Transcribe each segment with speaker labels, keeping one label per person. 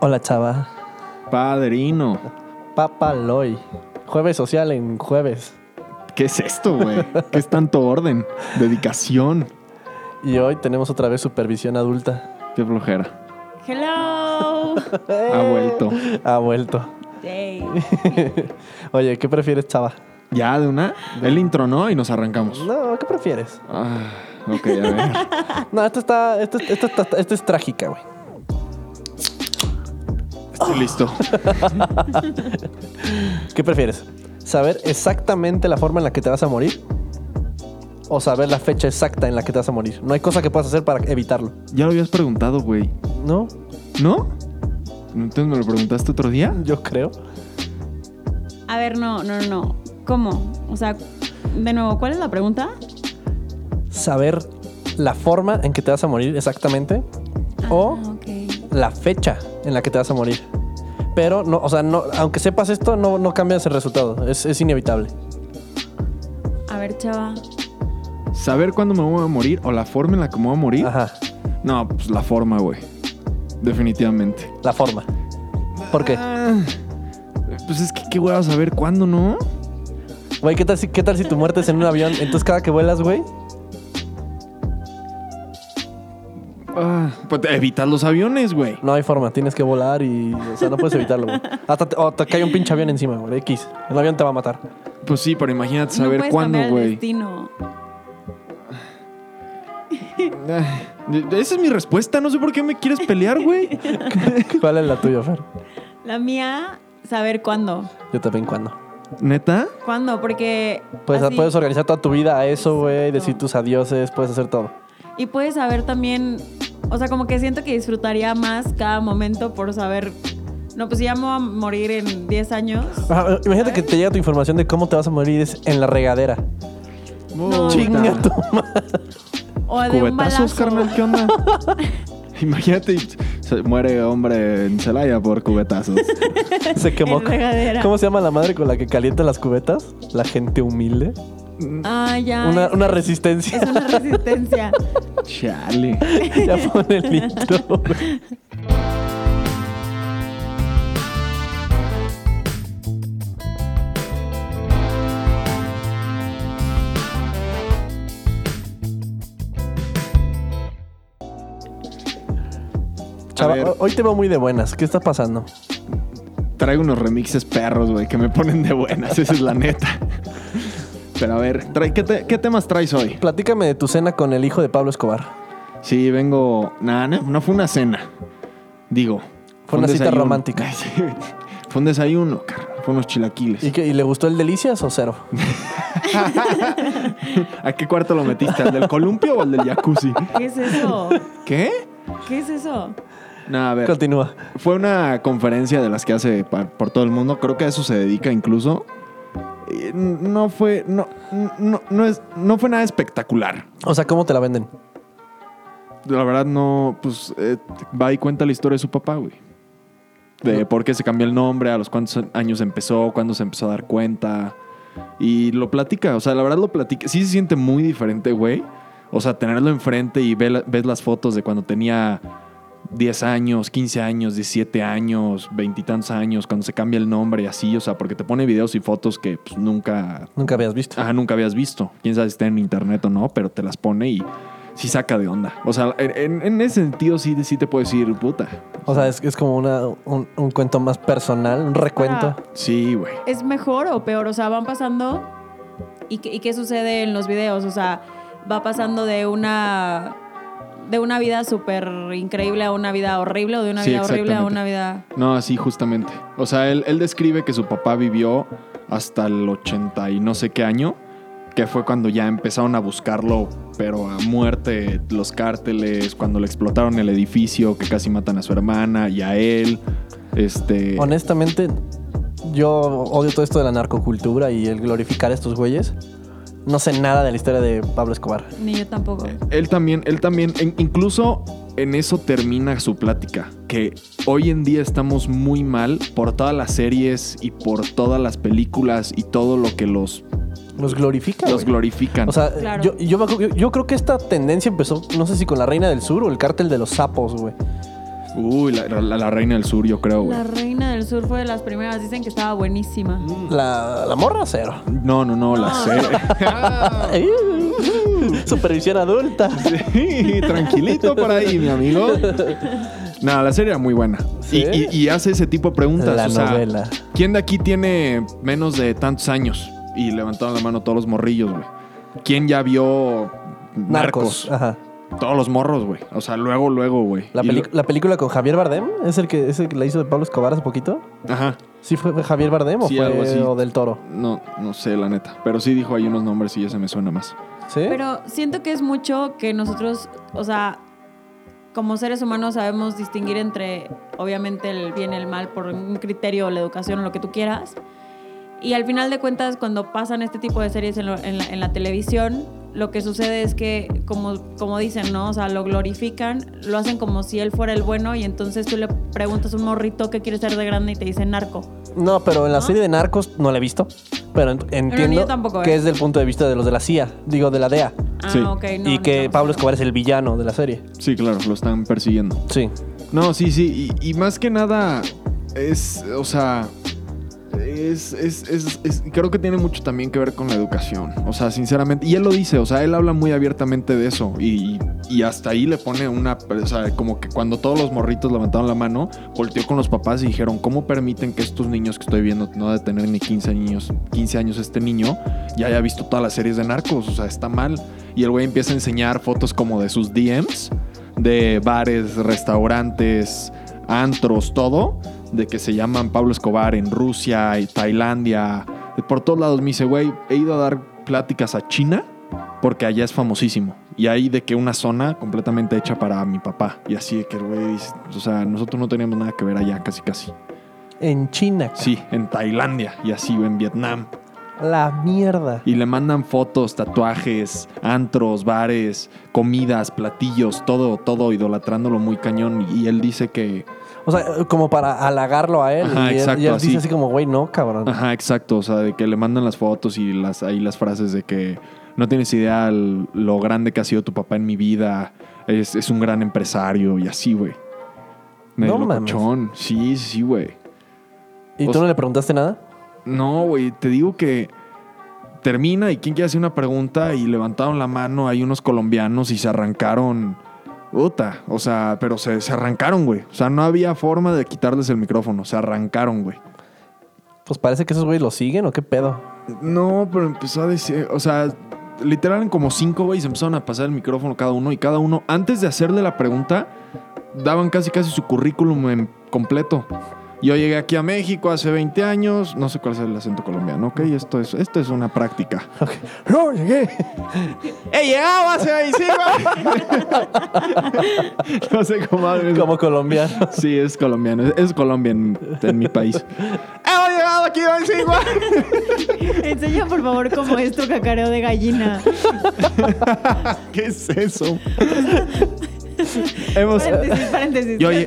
Speaker 1: Hola chava,
Speaker 2: Padrino.
Speaker 1: papaloy. Jueves social en jueves.
Speaker 2: ¿Qué es esto, güey? ¿Qué es tanto orden? Dedicación.
Speaker 1: Y hoy tenemos otra vez supervisión adulta.
Speaker 2: Qué flojera.
Speaker 3: Hello.
Speaker 2: Ha vuelto.
Speaker 1: Ha vuelto.
Speaker 3: Yay.
Speaker 1: Oye, ¿qué prefieres chava?
Speaker 2: Ya de una. El intro, ¿no? Y nos arrancamos.
Speaker 1: No, ¿qué prefieres?
Speaker 2: Ah, ok, a ver.
Speaker 1: No, esto está, esto, esto está- esto es trágica, güey.
Speaker 2: Estoy listo.
Speaker 1: ¿Qué prefieres? ¿Saber exactamente la forma en la que te vas a morir? ¿O saber la fecha exacta en la que te vas a morir? No hay cosa que puedas hacer para evitarlo.
Speaker 2: Ya lo habías preguntado, güey.
Speaker 1: ¿No?
Speaker 2: ¿No? ¿Entonces me lo preguntaste otro día?
Speaker 1: Yo creo.
Speaker 3: A ver, no, no, no. ¿Cómo? O sea, de nuevo, ¿cuál es la pregunta?
Speaker 1: ¿Saber la forma en que te vas a morir exactamente? ¿O
Speaker 3: Ah, ok.
Speaker 1: la fecha en la que te vas a morir. Pero no, o sea, no, aunque sepas esto, no, no cambias el resultado. Es, es inevitable.
Speaker 3: A ver, chava.
Speaker 2: ¿Saber cuándo me voy a morir o la forma en la que me voy a morir?
Speaker 1: Ajá.
Speaker 2: No, pues la forma, güey. Definitivamente.
Speaker 1: La forma. ¿Por qué?
Speaker 2: Ah, pues es que qué hueva saber cuándo, ¿no?
Speaker 1: Güey, ¿qué tal, si, ¿qué tal si tu muerte es en un avión? Entonces cada que vuelas, güey.
Speaker 2: Ah, pues evitar los aviones, güey.
Speaker 1: No hay forma, tienes que volar y. O sea, no puedes evitarlo, güey. Hasta te, o te cae un pinche avión encima, güey. X. El avión te va a matar.
Speaker 2: Pues sí, pero imagínate
Speaker 3: no
Speaker 2: saber
Speaker 3: puedes
Speaker 2: cuándo,
Speaker 3: cambiar el
Speaker 2: güey.
Speaker 3: destino.
Speaker 2: Ay, Esa es mi respuesta. No sé por qué me quieres pelear, güey.
Speaker 1: ¿Cuál es la tuya, Fer?
Speaker 3: La mía, saber cuándo.
Speaker 1: Yo también cuando.
Speaker 2: ¿Neta?
Speaker 3: ¿Cuándo? Porque.
Speaker 2: Pues,
Speaker 1: Puedes,
Speaker 3: así-
Speaker 1: puedes organizar toda tu vida a eso, güey.
Speaker 3: Exacto.
Speaker 1: Decir tus adioses, puedes hacer todo.
Speaker 3: Y puedes saber también. O sea, como que siento que disfrutaría más cada momento por saber. No, pues ya me voy a morir en 10 años.
Speaker 1: Ajá, imagínate que te llega tu información de cómo te vas a morir y dices, en la regadera.
Speaker 3: No,
Speaker 1: Chinga tu
Speaker 3: O de un
Speaker 2: Oh, Cubetazos,
Speaker 3: balazo.
Speaker 2: carnal, ¿qué onda? Imagínate, se muere hombre en Celaya por cubetazos.
Speaker 1: Se quemó.
Speaker 3: En regadera.
Speaker 1: ¿Cómo se llama la madre con la que calienta las cubetas? La gente humilde.
Speaker 3: Ah, ya.
Speaker 1: una,
Speaker 3: es-
Speaker 1: una resistencia.
Speaker 3: es una resistencia.
Speaker 2: Chale.
Speaker 1: ya pon el intro. güey. Chava,
Speaker 2: ver.
Speaker 1: ho- hoy te veo muy de buenas. ¿Qué está pasando?
Speaker 2: Traigo unos remixes perros, güey, que me ponen de buenas. Esa es la neta. Pero a ver, trae- ¿qué, te- qué temas traes hoy?
Speaker 1: Platícame de tu cena con el hijo de Pablo Escobar.
Speaker 2: Sí, vengo. Nah, no, no fue una cena. Digo.
Speaker 1: Fue
Speaker 2: un
Speaker 1: una cita
Speaker 2: desayuno.
Speaker 1: romántica.
Speaker 2: Ay, sí. Fue un desayuno, carnal. Fue unos chilaquiles.
Speaker 1: ¿Y, qué- y le gustó el delicias o cero?
Speaker 2: ¿A qué cuarto lo metiste? ¿Al del columpio o al del jacuzzi?
Speaker 3: ¿Qué es eso?
Speaker 2: ¿Qué?
Speaker 3: ¿Qué es eso?
Speaker 2: Nah, a ver.
Speaker 1: Continúa.
Speaker 2: Fue una conferencia de las que hace pa- por todo el mundo. Creo que a eso se dedica incluso. Y n- No fue. No, no, no, es, no fue nada espectacular.
Speaker 1: O sea, ¿cómo te la venden?
Speaker 2: La verdad, no. Pues eh, va y cuenta la historia de su papá, güey. De por qué se cambió el nombre, a los cuántos años empezó, cuándo se empezó a dar cuenta. Y lo platica. O sea, la verdad lo platica. Sí se siente muy diferente, güey. O sea, tenerlo enfrente y ve la- ves las fotos de cuando tenía 10 años, 15 años, 17 años, veintitantos años, cuando se cambia el nombre y así. O sea, porque te pone videos y fotos que pues, nunca
Speaker 1: Nunca habías visto.
Speaker 2: ajá, nunca habías visto. Quién sabe si está en internet o no, pero te las pone y sí saca de onda. O sea, en, en- en ese sentido sí, sí te puedo decir, puta.
Speaker 1: O sea, es, es como una, un, un cuento más personal, un recuento.
Speaker 3: Ah.
Speaker 2: Sí, güey.
Speaker 3: ¿Es mejor o peor? O sea, van pasando. ¿Y qué, y qué sucede en los videos? O sea, va pasando de una. De una vida súper increíble a una vida horrible o de una
Speaker 2: Sí,
Speaker 3: vida horrible a
Speaker 2: exactamente.
Speaker 3: una vida.
Speaker 2: No, así justamente. O sea, él, él describe que su papá vivió hasta el 80 y no sé qué año, que fue cuando ya empezaron a buscarlo, pero a muerte, los cárteles, cuando le explotaron el edificio, que casi matan a su hermana y a él. Este.
Speaker 1: Honestamente, yo odio todo esto de la narcocultura y el glorificar a estos güeyes. No sé nada de la historia de Pablo Escobar.
Speaker 3: Ni yo tampoco.
Speaker 2: Él también, él también, en- incluso en eso termina su plática, que hoy en día estamos muy mal por todas las series y por todas las películas y todo lo que los,
Speaker 1: Los glorifica.
Speaker 2: los
Speaker 1: güey.
Speaker 2: glorifican.
Speaker 1: O sea,
Speaker 3: Claro.
Speaker 1: yo, yo me acu- yo- yo creo que esta tendencia empezó, no sé si con la Reina del Sur o el Cártel de los Sapos, güey.
Speaker 2: Uy, la, la- la reina del sur, yo creo, güey.
Speaker 3: La Reina del Sur fue de las primeras. Dicen que estaba buenísima.
Speaker 1: La, la morra cero.
Speaker 2: No, no, no, la
Speaker 3: No.
Speaker 2: serie.
Speaker 1: Supervisión adulta.
Speaker 2: Sí, tranquilito por ahí, mi amigo. Nada, la serie era muy buena.
Speaker 1: Sí.
Speaker 2: Y, y- y hace ese tipo de preguntas.
Speaker 1: La
Speaker 2: o sea,
Speaker 1: novela.
Speaker 2: ¿Quién de aquí tiene menos de tantos años? Y levantaron la mano todos los morrillos, güey. ¿Quién ya vio Narcos?
Speaker 1: Narcos. Ajá.
Speaker 2: Todos los morros, güey. O sea, luego, luego, güey.
Speaker 1: La,
Speaker 2: Y
Speaker 1: pelic- la película con Javier Bardem, ¿es el que, es el que la hizo de Pablo Escobar hace poquito?
Speaker 2: lo- Ajá.
Speaker 1: ¿Sí fue Javier Bardem o
Speaker 2: Sí,
Speaker 1: fue
Speaker 2: algo así.
Speaker 1: o del Toro?
Speaker 2: No, no sé, la neta. Pero sí dijo ahí unos nombres y ya se me suena más.
Speaker 1: ¿Sí?
Speaker 3: Pero siento que es mucho que nosotros, o sea, como seres humanos sabemos distinguir entre, obviamente, el bien y el mal por un criterio, la educación, lo que tú quieras. Y al final de cuentas, cuando pasan este tipo de series en, lo- en la, en la televisión, lo que sucede es que, como, como dicen, ¿no? O sea, lo glorifican, lo hacen como si él fuera el bueno y entonces tú le preguntas a un morrito qué quiere ser de grande y te dice narco.
Speaker 1: No, pero en la
Speaker 3: ¿No?
Speaker 1: serie de Narcos no la he visto. Pero ent- entiendo
Speaker 3: yo tampoco,
Speaker 1: que
Speaker 3: ¿eh?
Speaker 1: es del punto de vista de los de la CIA, digo de la DEA.
Speaker 3: Ah,
Speaker 2: Sí.
Speaker 3: ok, no,
Speaker 1: y
Speaker 3: no
Speaker 1: que
Speaker 3: estamos-
Speaker 1: Pablo Escobar es el villano de la serie.
Speaker 2: Sí, claro, lo están persiguiendo.
Speaker 1: Sí.
Speaker 2: No, sí, sí. Y, y más que nada, es, o sea, es, es, es- es- creo que tiene mucho también que ver con la educación. O sea, sinceramente, y él lo dice, o sea, él habla muy abiertamente de eso. Y, y hasta ahí le pone una, o sea, como que cuando todos los morritos levantaron la mano, volteó con los papás y dijeron, ¿cómo permiten que estos niños que estoy viendo, no ha de tener ni 15 niños, 15 años este niño, ya haya visto todas las series de narcos? O sea, está mal. Y el güey empieza a enseñar fotos como de sus DMs de bares, restaurantes, antros, todo, de que se llaman Pablo Escobar en Rusia y Tailandia. eh, Por todos lados me dice, güey, he ido a dar pláticas a China porque allá es famosísimo. Y ahí de que una zona completamente hecha para mi papá. Y así de que el güey dice, o sea, nosotros no teníamos nada que ver allá, casi casi.
Speaker 1: En China. ca-
Speaker 2: Sí, en Tailandia y así en Vietnam.
Speaker 1: La mierda.
Speaker 2: Y le mandan fotos, tatuajes, antros, bares, comidas, platillos, todo, todo, idolatrándolo muy cañón. Y él dice que.
Speaker 1: O sea, como para halagarlo a él.
Speaker 2: Ajá,
Speaker 1: y él,
Speaker 2: exacto,
Speaker 1: y él
Speaker 2: así. Ah,
Speaker 1: dice así como, güey, no, cabrón.
Speaker 2: Ajá, exacto. O sea, de que le mandan las fotos y las, ahí las frases de que no tienes idea l- lo grande que ha sido tu papá en mi vida. Es, es un gran empresario y así, güey. Medio
Speaker 1: No mames.
Speaker 2: locochón. Sí, sí, güey.
Speaker 1: ¿Y
Speaker 2: o
Speaker 1: tú
Speaker 2: sea-
Speaker 1: no le preguntaste nada?
Speaker 2: No, güey, te digo que termina y quien quiere hacer una pregunta y levantaron la mano, hay unos colombianos y se arrancaron. Puta, o sea, pero se, se arrancaron, güey. O sea, no había forma de quitarles el micrófono, se arrancaron, güey.
Speaker 1: Pues parece que esos güeyes lo siguen o qué pedo.
Speaker 2: No, pero empezó a decir, o sea, literal eran como cinco, güey, se empezaron a pasar el micrófono cada uno y cada uno, antes de hacerle la pregunta, daban casi casi su currículum en completo. Yo llegué aquí a México hace 20 años, no sé cuál es el acento colombiano, ok, esto es, esto es una práctica.
Speaker 1: No, llegué.
Speaker 2: ¡He llegado hace 25 No sé cómo hablan.
Speaker 1: Como colombiano.
Speaker 2: Sí, es colombiano, es, es Colombia en, en mi país. ¡Hemos llegado aquí 25
Speaker 3: Enseña, por favor, cómo es tu cacareo de gallina.
Speaker 2: ¿Qué es eso? Hemos...
Speaker 3: Paréntesis, paréntesis.
Speaker 2: Yo, oye.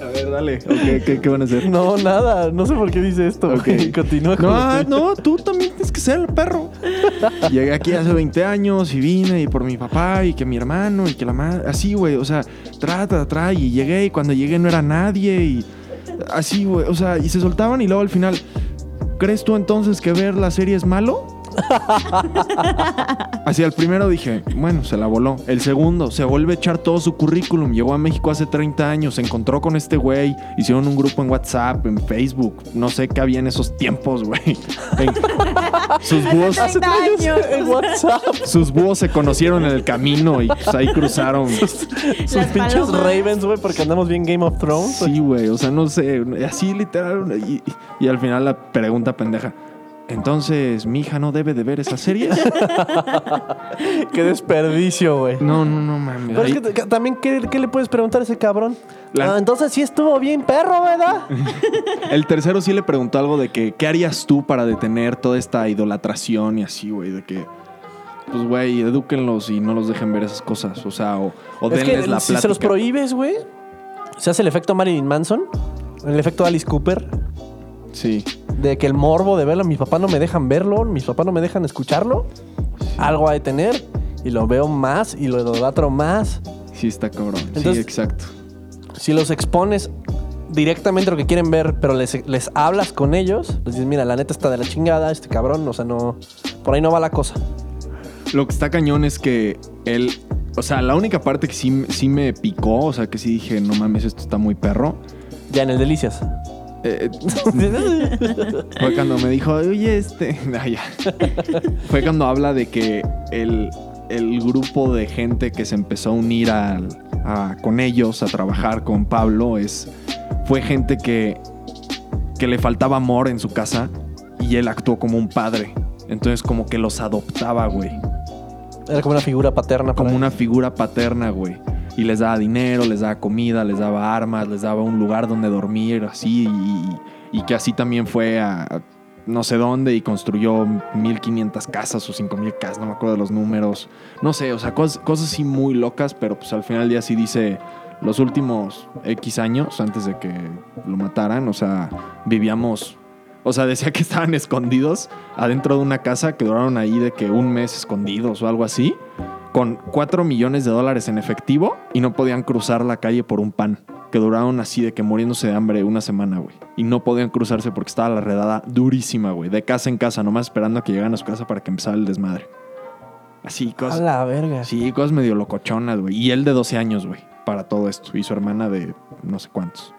Speaker 2: A ver, dale. Ok, ¿qué, qué van a hacer?
Speaker 1: No, nada. No sé por qué dice esto.
Speaker 2: Ok.
Speaker 1: güey. Continúa con
Speaker 2: No,
Speaker 1: lo
Speaker 2: ah,
Speaker 1: tuyo.
Speaker 2: no, tú también tienes que ser el perro. Llegué aquí hace 20 años y vine y por mi papá y que mi hermano y que la madre. Así, güey. O sea, trata, tra, y llegué y cuando llegué no era nadie y así, güey. O sea, y se soltaban y luego al final. ¿Crees tú entonces que ver la serie es malo? Así al primero dije, bueno, se la voló. El segundo, se vuelve a echar todo su currículum. Llegó a México hace 30 años, se encontró con este güey. Hicieron un grupo en WhatsApp, en Facebook. No sé qué había en esos tiempos, güey. En- Sus búhos,
Speaker 1: Hace
Speaker 3: 30
Speaker 1: tres años
Speaker 3: años.
Speaker 1: en WhatsApp.
Speaker 2: sus búhos se conocieron en el camino y pues, ahí cruzaron.
Speaker 1: Sus pinches
Speaker 3: palomas.
Speaker 1: Ravens, güey, porque andamos bien Game of Thrones.
Speaker 2: Sí, güey, o sea, no sé, así literal. Y, y al final la pregunta pendeja. Entonces, mi hija no debe de ver esa serie.
Speaker 1: Qué desperdicio, güey.
Speaker 2: No, no, no mames.
Speaker 1: Pero es
Speaker 2: Ahí-
Speaker 1: que, que- también, ¿qué, qué le puedes preguntar a ese cabrón?
Speaker 2: La-
Speaker 1: Ah, entonces sí estuvo bien perro, ¿verdad?
Speaker 2: El tercero sí le preguntó algo de que, ¿qué harías tú para detener toda esta idolatración y así, güey? De que, pues, güey, edúquenlos y no los dejen ver esas cosas. O sea, o,
Speaker 1: es
Speaker 2: o denles
Speaker 1: que
Speaker 2: la plática.
Speaker 1: si se los prohíbes, güey, se hace el efecto Marilyn Manson, el efecto Alice Cooper,
Speaker 2: Sí,
Speaker 1: de que el morbo de verlo, mis papás no me dejan verlo, mis papás no me dejan escucharlo, algo ha de tener, y lo veo más y lo idolatro más.
Speaker 2: sí está cabrón. sí,
Speaker 1: Entonces-
Speaker 2: exacto.
Speaker 1: Si los expones directamente lo que quieren ver, pero les, les hablas con ellos, les dices, mira, la neta está de la chingada, este cabrón, o sea, no. Por ahí no va la cosa.
Speaker 2: Lo que está cañón es que él. O sea, la única parte que sí, sí me picó, o sea, que sí dije, no mames, esto está muy perro.
Speaker 1: Ya en el Delicias.
Speaker 2: eh, Fue cuando me dijo, oye, este. Ah, ya. Fue cuando habla de que el, el grupo de gente que se empezó a unir al- a- con ellos, a trabajar con Pablo, es. Fue gente que. que le faltaba amor en su casa y él actuó como un padre. Entonces, como que los adoptaba, güey.
Speaker 1: Era como una figura paterna. para
Speaker 2: Como
Speaker 1: él.
Speaker 2: una figura paterna, güey. Y les daba dinero, les daba comida, les daba armas, les daba un lugar donde dormir, así. Y, y que así también fue a, a no sé dónde y construyó 1500 casas o 5000 casas, no me acuerdo de los números. No sé, o sea, cosas, cosas así muy locas, pero pues al final del día sí dice. Los últimos X años, antes de que lo mataran, o sea, vivíamos. O sea, decía que estaban escondidos adentro de una casa que duraron ahí de que un mes escondidos o algo así con 4 millones de dólares en efectivo y no podían cruzar la calle por un pan. Que duraron así de que muriéndose de hambre una semana, güey. Y no podían cruzarse porque estaba la redada durísima, güey. De casa en casa, nomás esperando a que llegaran a su casa para que empezara el desmadre. Así,
Speaker 1: A
Speaker 2: cosas.
Speaker 1: la verga.
Speaker 2: Sí, cosas medio locochonas, güey. Y él de 12 años, güey, para todo esto. Y su hermana de no sé cuántos.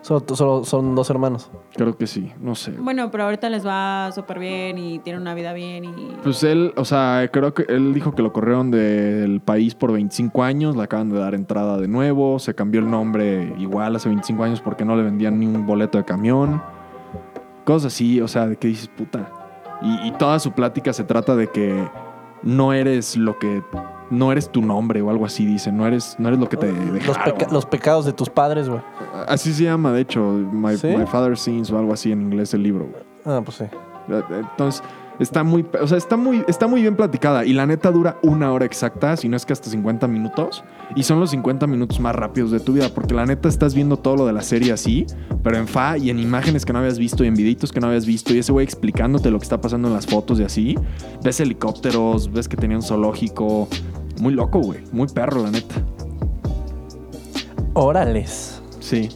Speaker 1: Solo, solo son dos hermanos.
Speaker 2: Creo que sí, no sé.
Speaker 3: Bueno, pero ahorita les va súper bien y tienen una vida bien y...
Speaker 2: Pues él, o sea, creo que él dijo que lo corrieron del país por 25 años, le acaban de dar entrada de nuevo, se cambió el nombre igual hace 25 años porque no le vendían ni un boleto de camión. Cosas así, o sea, de que dices, puta. Y, y toda su plática se trata de que no eres lo que. No eres tu nombre o algo así, dice. No eres, no eres lo que te
Speaker 1: Los,
Speaker 2: dejaron.
Speaker 1: peca- los pecados de tus padres, güey.
Speaker 2: Así se llama, de hecho, My,
Speaker 1: ¿Sí?
Speaker 2: My Father Sins o algo así en inglés el libro, güey.
Speaker 1: Ah, pues sí.
Speaker 2: Entonces, está muy, o sea, está muy, está muy bien platicada. Y la neta dura una hora exacta, si no es que hasta 50 minutos. Y son los 50 minutos más rápidos de tu vida, porque la neta estás viendo todo lo de la serie así, pero en fa y en imágenes que no habías visto y en videitos que no habías visto. Y ese güey explicándote lo que está pasando en las fotos y así. Ves helicópteros, ves que tenía un zoológico. Muy loco, güey. Muy perro, la neta.
Speaker 1: Órales.
Speaker 2: Sí.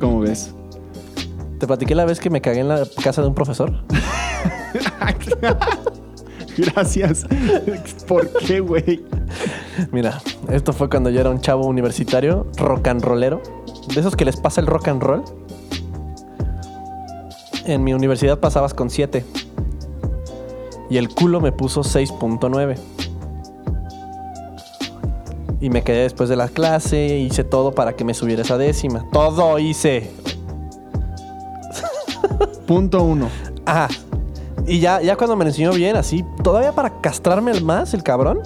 Speaker 2: ¿Cómo ves?
Speaker 1: ¿Te platiqué la vez que me cagué en la casa de un profesor?
Speaker 2: Gracias. ¿Por qué, güey?
Speaker 1: Mira, esto fue cuando yo era un chavo universitario, rock and rollero, de esos que les pasa el rock and roll. En mi universidad pasabas con 7 y el culo me puso 6.9. Y me quedé después de la clase, hice todo para que me subiera esa décima. Todo hice.
Speaker 2: Punto uno.
Speaker 1: Ajá. Y ya, ya cuando me lo enseñó bien, así, todavía para castrarme el más, el cabrón,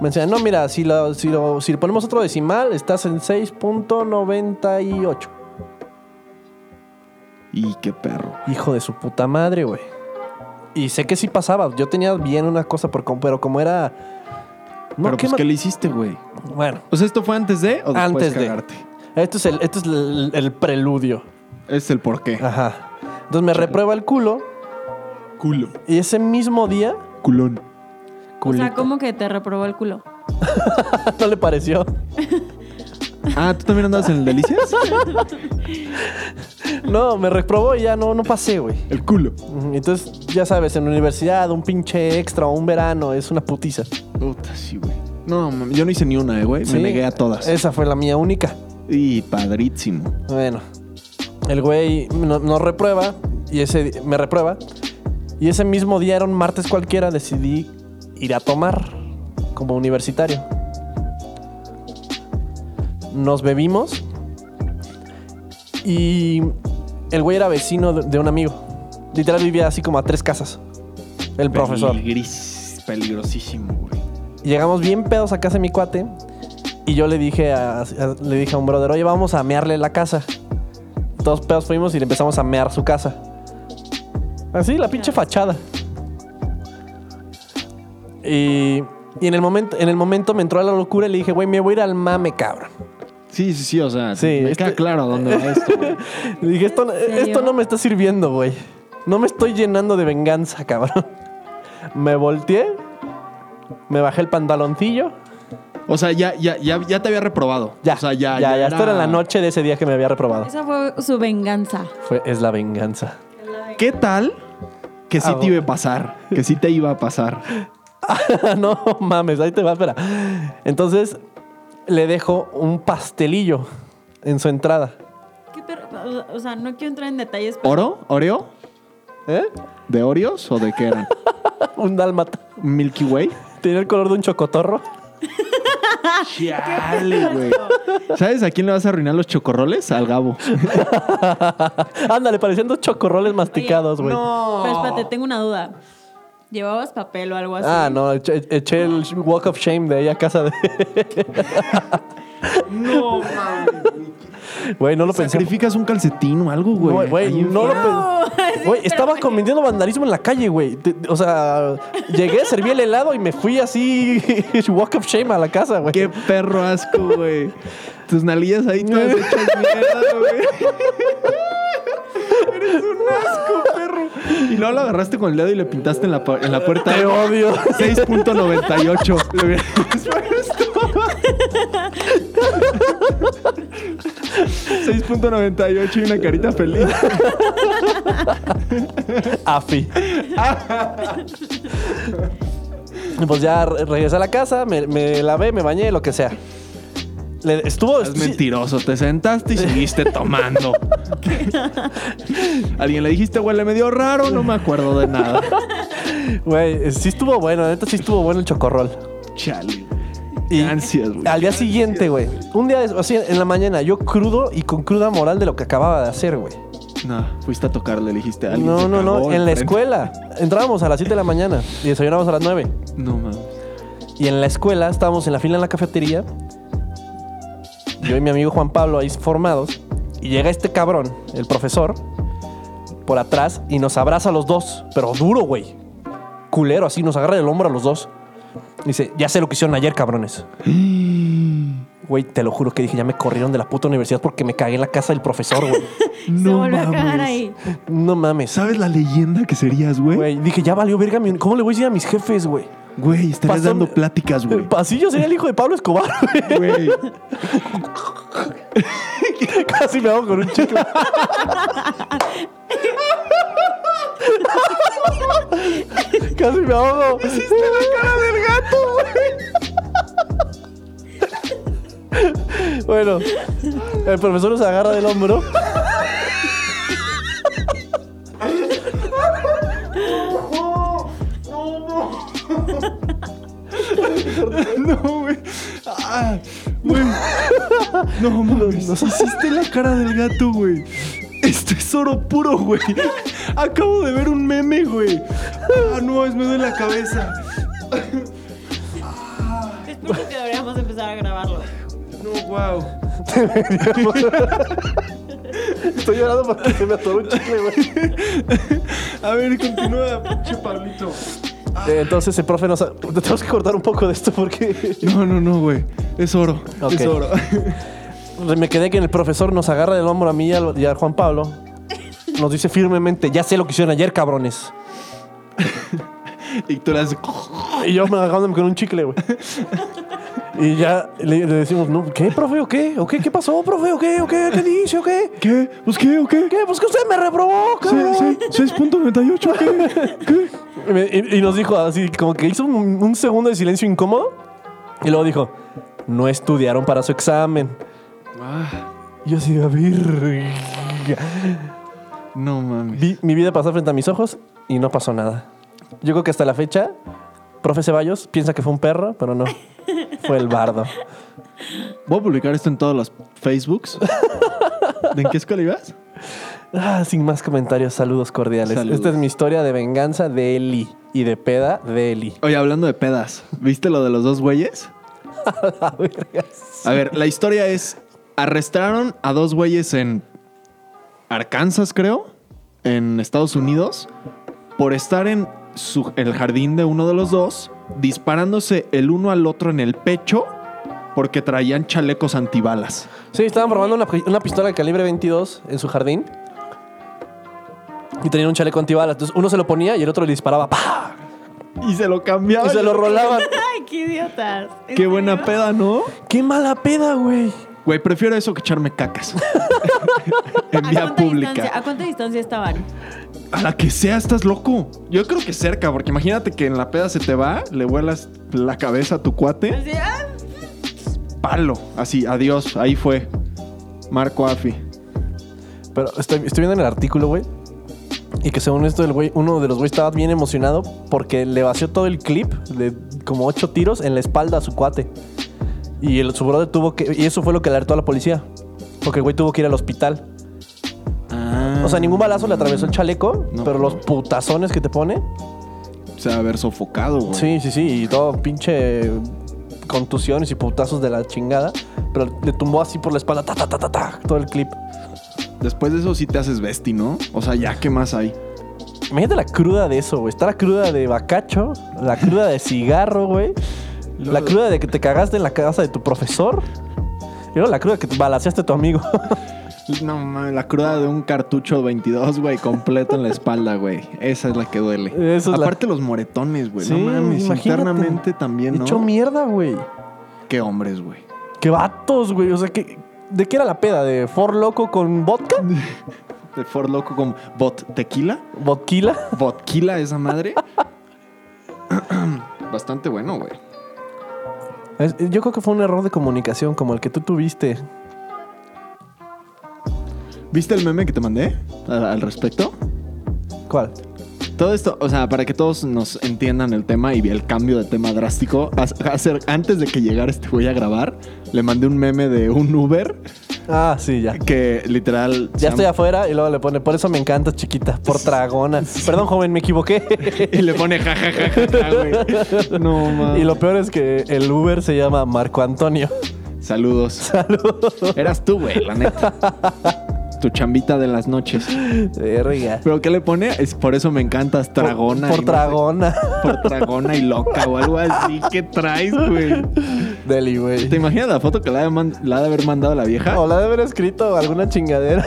Speaker 1: me enseñó, no, mira, si, lo, si, lo- si le ponemos otro decimal, estás en 6.98.
Speaker 2: Y qué perro.
Speaker 1: Hijo de su puta madre, güey. Y sé que sí pasaba. Yo tenía bien una cosa, por, com- pero como era... No,
Speaker 2: pero
Speaker 1: ¿qué
Speaker 2: pues,
Speaker 1: ma-
Speaker 2: ¿qué le hiciste, güey?
Speaker 1: Bueno,
Speaker 2: O sea, ¿esto fue antes de o después
Speaker 1: Antes de.
Speaker 2: cagarte?
Speaker 1: esto es el, esto es el- el preludio.
Speaker 2: Es el porqué.
Speaker 1: Ajá. Entonces me reprueba el culo
Speaker 2: Culo.
Speaker 1: y ese mismo día...
Speaker 2: Culón.
Speaker 3: O sea,
Speaker 1: culito.
Speaker 3: como que te reprobó el culo.
Speaker 1: ¿No le pareció?
Speaker 2: Ah, ¿tú también andabas en el Delicias?
Speaker 1: No, me reprobó y ya no, no pasé, güey.
Speaker 2: el culo.
Speaker 1: Ujú, Entonces, ya sabes, en la universidad, un pinche extra o un verano es una putiza.
Speaker 2: Puta, sí, güey. No, mami, yo no hice ni una, eh, güey.
Speaker 1: Sí.
Speaker 2: Me negué a todas.
Speaker 1: Esa fue la mía única.
Speaker 2: Y padrísimo.
Speaker 1: Bueno, el güey no- nos reprueba y ese di- me reprueba. Y ese mismo día, era un martes cualquiera, decidí ir a tomar como universitario. Nos bebimos y el güey era vecino de, de un amigo. Literal vivía así como a tres casas. El profesor.
Speaker 2: Gris, peligrosísimo, güey.
Speaker 1: Llegamos bien pedos a casa de mi cuate. Y yo le dije a, a- le dije a un brother, oye, vamos a mearle la casa. Todos pedos fuimos y le empezamos a mear su casa. Así, la pinche fachada. Y, y en, el momento, en el momento me entró la locura y le dije, güey, me voy a ir al mame, cabrón.
Speaker 2: Sí, sí, sí, o sea,
Speaker 1: Sí,
Speaker 2: me
Speaker 1: este-
Speaker 2: queda claro a dónde va esto, güey.
Speaker 1: Le dije, esto, no-
Speaker 3: ¿En serio?
Speaker 1: esto no me está sirviendo, güey. No me estoy llenando de venganza, cabrón. Me volteé, me bajé el pantaloncillo
Speaker 2: O sea, ya, ya, ya, ya te había reprobado.
Speaker 1: Ya,
Speaker 2: O sea, ya,
Speaker 1: ya, ya.
Speaker 2: era-
Speaker 1: Esto era la noche de ese día que me había reprobado.
Speaker 3: Esa fue su venganza.
Speaker 1: Fue, es la venganza.
Speaker 2: ¿Qué tal que sí
Speaker 1: Ah,
Speaker 2: te iba a
Speaker 1: bueno.
Speaker 2: pasar? Que sí te iba a pasar.
Speaker 1: no mames, ahí te va, espera. Entonces le dejo un pastelillo en su entrada.
Speaker 3: ¿Qué perro? O sea, no quiero entrar en detalles. pero-
Speaker 2: ¿Oro? ¿Oreo?
Speaker 1: ¿Eh?
Speaker 2: ¿De Oreos o de qué eran?
Speaker 1: Un dálmata.
Speaker 2: ¿Milky Way?
Speaker 1: Tenía el color de un chocotorro.
Speaker 2: Chale, güey. ¿Sabes a quién le vas a arruinar los chocorroles? Al Gabo.
Speaker 1: Ándale, parecían dos chocorroles masticados, güey.
Speaker 3: Pero espérate, tengo una duda. ¿Llevabas papel o algo así?
Speaker 1: Ah, no, eché, eché el walk of shame de ahí a casa de.
Speaker 2: No,
Speaker 1: Güey, no lo pensé.
Speaker 2: Sacrificas un calcetín o algo, güey.
Speaker 1: Güey, güey,
Speaker 2: Ahí
Speaker 1: no lo
Speaker 2: enfrente.
Speaker 3: No,
Speaker 1: pensé. Güey,
Speaker 3: sí,
Speaker 1: estaban
Speaker 3: espérame.
Speaker 1: cometiendo vandalismo en la calle, güey. Te- te- O sea, llegué, serví el helado y me fui así, walk of shame a la casa, güey.
Speaker 2: Qué perro asco, güey. Tus nalillas ahí todas hechas mierda, güey. Eres un asco, perro. Y luego lo agarraste con el dedo y le pintaste en la, pu- en la puerta.
Speaker 1: Te odio.
Speaker 2: 6.98. Le hubieras puesto. 6.98 y una carita feliz.
Speaker 1: Afi. Y pues ya re- regresé a la casa, me, me lavé, me bañé, lo que sea. Le- estuvo.
Speaker 2: Es
Speaker 1: sí,
Speaker 2: mentiroso, te sentaste y seguiste tomando. Alguien le dijiste, güey, le me dio raro, no me acuerdo de nada.
Speaker 1: Güey, sí estuvo bueno, la neta sí estuvo bueno el chocorrol.
Speaker 2: Chale.
Speaker 1: Y
Speaker 2: Ansias, güey.
Speaker 1: al día siguiente, güey. Un día, de- o sea, en la mañana, yo crudo y con cruda moral de lo que acababa de hacer, güey.
Speaker 2: No, fuiste a tocarle, le dijiste a alguien.
Speaker 1: No,
Speaker 2: se
Speaker 1: no,
Speaker 2: cagó
Speaker 1: no. En la
Speaker 2: enfrente.
Speaker 1: escuela. Entrábamos a las 7 de la mañana y desayunábamos a las 9.
Speaker 2: No, mames.
Speaker 1: Y en la escuela estábamos en la fila en la cafetería. Yo y mi amigo Juan Pablo ahí formados. Y llega este cabrón, el profesor, por atrás y nos abraza a los dos. Pero duro, güey. Culero, así. Nos agarra del hombro a los dos. Dice, ya sé lo que hicieron ayer, cabrones. Güey, te lo juro que dije, ya me corrieron de la puta universidad porque me cagué en la casa del profesor, güey.
Speaker 3: Se
Speaker 2: No
Speaker 3: volvió a cagar
Speaker 2: mames.
Speaker 3: ahí.
Speaker 1: No mames.
Speaker 2: ¿Sabes la leyenda que serías, güey?
Speaker 1: Güey, dije, ya valió verga. mi- ¿Cómo le voy a decir a mis jefes, güey?
Speaker 2: Güey, estarías
Speaker 1: Pasó-
Speaker 2: dando pláticas, güey.
Speaker 1: Así yo sería el hijo de Pablo Escobar, güey.
Speaker 2: Güey.
Speaker 1: Casi me hago con un chicle. Casi me ahogo. Hiciste la cara del gato, güey. Bueno, el profesor nos agarra del hombro.
Speaker 2: No, güey. Ah, güey. No, mames. Nos hiciste la cara del gato, güey. Esto es oro puro, güey. Acabo de ver un meme, güey. Ah, no, es me duele la cabeza.
Speaker 3: Es porque deberíamos empezar a grabarlo.
Speaker 2: No, wow.
Speaker 1: Estoy llorando porque se me atoró un chicle, güey.
Speaker 2: A ver, continúa, pinche Pablito.
Speaker 1: Eh, Entonces el profe nos... a- Tenemos que cortar un poco de esto porque...
Speaker 2: No, no, no, güey. Es oro.
Speaker 1: Ok.
Speaker 2: Es oro.
Speaker 1: Me quedé que el profesor nos agarra del hombro a mí y al- y a Juan Pablo. Nos dice firmemente, ya sé lo que hicieron ayer, cabrones.
Speaker 2: Y tú le haces.
Speaker 1: Y yo me agarrándome con un chicle, güey. Y ya le, le decimos, no, ¿qué, profe? ¿O qué? ¿O qué? ¿Qué pasó, profe? ¿O qué? ¿O qué? ¿Qué dice? ¿O qué?
Speaker 2: ¿Qué? ¿Pues qué o qué?
Speaker 1: ¿Qué? Pues que usted me reprobó, cabrón.
Speaker 2: Se- se- 6.98, ¿qué? ¿Qué?
Speaker 1: Y me- Y, y nos dijo así, como que hizo un, un segundo de silencio incómodo. Y luego dijo, no estudiaron para su examen.
Speaker 2: Ah.
Speaker 1: Y yo así, a ver...
Speaker 2: No mames.
Speaker 1: Vi mi vida pasar frente a mis ojos y no pasó nada. Yo creo que hasta la fecha, profe Ceballos piensa que fue un perro, pero no. Fue el bardo.
Speaker 2: Voy a publicar esto en todos los Facebooks. ¿De en qué escuela ibas?
Speaker 1: Ah, sin más comentarios, saludos cordiales.
Speaker 2: Saludos.
Speaker 1: Esta es mi historia de venganza de Eli y de peda de Eli.
Speaker 2: Oye, hablando de pedas, ¿viste lo de los dos güeyes? A ver, la historia es: arrestaron a dos güeyes en Arkansas, creo, en Estados Unidos, por estar en su- el jardín de uno de los dos, disparándose el uno al otro en el pecho porque traían chalecos antibalas.
Speaker 1: Sí, estaban probando una, una pistola de calibre 22 en su jardín y tenían un chaleco antibalas. Entonces uno se lo ponía y el otro le disparaba. ¡pah!
Speaker 2: Y se lo cambiaban.
Speaker 1: Y se lo rolaban.
Speaker 3: Ay, qué idiotas. ¿En
Speaker 2: Qué
Speaker 3: serio?
Speaker 2: buena peda, ¿no?
Speaker 1: ¡Qué mala peda, güey!
Speaker 2: Güey, prefiero eso que echarme cacas. en
Speaker 3: ¿A
Speaker 2: vía
Speaker 3: cuánta
Speaker 2: pública.
Speaker 3: distancia- ¿A cuánta distancia estaban?
Speaker 2: A la que sea, estás loco. Yo creo que cerca, porque imagínate que en la peda se te va, le vuelas la cabeza a tu cuate,
Speaker 3: Así, ah,
Speaker 2: palo. Así, adiós, ahí fue. Marco Afi.
Speaker 1: Pero estoy, estoy viendo en el artículo, güey. Y que según esto, el güey, uno de los güeyes estaba bien emocionado porque le vació todo el clip de como ocho tiros en la espalda a su cuate. Y el, su brother tuvo que. Y eso fue lo que alertó a la policía. Porque el güey tuvo que ir al hospital. O sea, ningún balazo le atravesó el chaleco,
Speaker 2: Mm. No,
Speaker 1: pero los
Speaker 2: güey.
Speaker 1: putazones que te pone.
Speaker 2: Se va a haber sofocado, güey.
Speaker 1: Sí, sí, sí. Y todo pinche contusiones y putazos de la chingada. Pero le tumbó así por la espalda, ta, ta, ta, ta, ta, todo el clip.
Speaker 2: Después de eso sí te haces besti, ¿no? O sea, ya, ¿qué más hay?
Speaker 1: Imagínate la cruda de eso, güey. Está la cruda de bacacho, la cruda de cigarro, güey. La
Speaker 2: Luego-
Speaker 1: cruda de que te cagaste en la casa de tu profesor. Y luego la cruda que te balaceaste a tu amigo.
Speaker 2: No mames, la cruda de un cartucho 22, güey, completo en la espalda, güey. Esa es la que duele.
Speaker 1: Esa es la-
Speaker 2: Aparte los moretones, güey.
Speaker 1: Sí,
Speaker 2: no mames,
Speaker 1: imagínate.
Speaker 2: internamente también, ¿no?
Speaker 1: Hecho mierda, güey.
Speaker 2: Qué hombres, güey.
Speaker 1: Qué vatos, güey. O sea, que, ¿de qué era la peda? ¿De For Loco con vodka?
Speaker 2: De Ford Loco con bot tequila.
Speaker 1: ¿Vodquila?
Speaker 2: Botquila esa madre. Bastante bueno, güey.
Speaker 1: Es- Yo creo que fue un error de comunicación como el que tú tuviste.
Speaker 2: ¿Viste el meme que te mandé al, al respecto?
Speaker 1: ¿Cuál?
Speaker 2: Todo esto, o sea, para que todos nos entiendan el tema y el cambio de tema drástico, as- hacer- antes de que llegara este güey a grabar, le mandé un meme de un Uber
Speaker 1: Ah, sí, ya.
Speaker 2: que literal...
Speaker 1: Ya
Speaker 2: se
Speaker 1: estoy afuera y luego le pone, por eso me encantas, chiquita, por tragona. Perdón, joven, me equivoqué.
Speaker 2: Y le pone jajajaja, güey. No, mames.
Speaker 1: Y lo peor es que el Uber se llama Marco Antonio.
Speaker 2: Saludos. Eras tú, güey, la neta. tu chambita de las noches.
Speaker 1: Verga.
Speaker 2: ¿Pero qué le pone? Es, por eso me encantas, Tragona.
Speaker 1: Por,
Speaker 2: y
Speaker 1: por
Speaker 2: no sé-
Speaker 1: Tragona.
Speaker 2: por Tragona y loca o algo así. ¿Qué traes, güey?
Speaker 1: Deli, güey.
Speaker 2: ¿Te imaginas la foto que la ha de, man- la ha de haber mandado la vieja?
Speaker 1: O la de haber escrito alguna chingadera.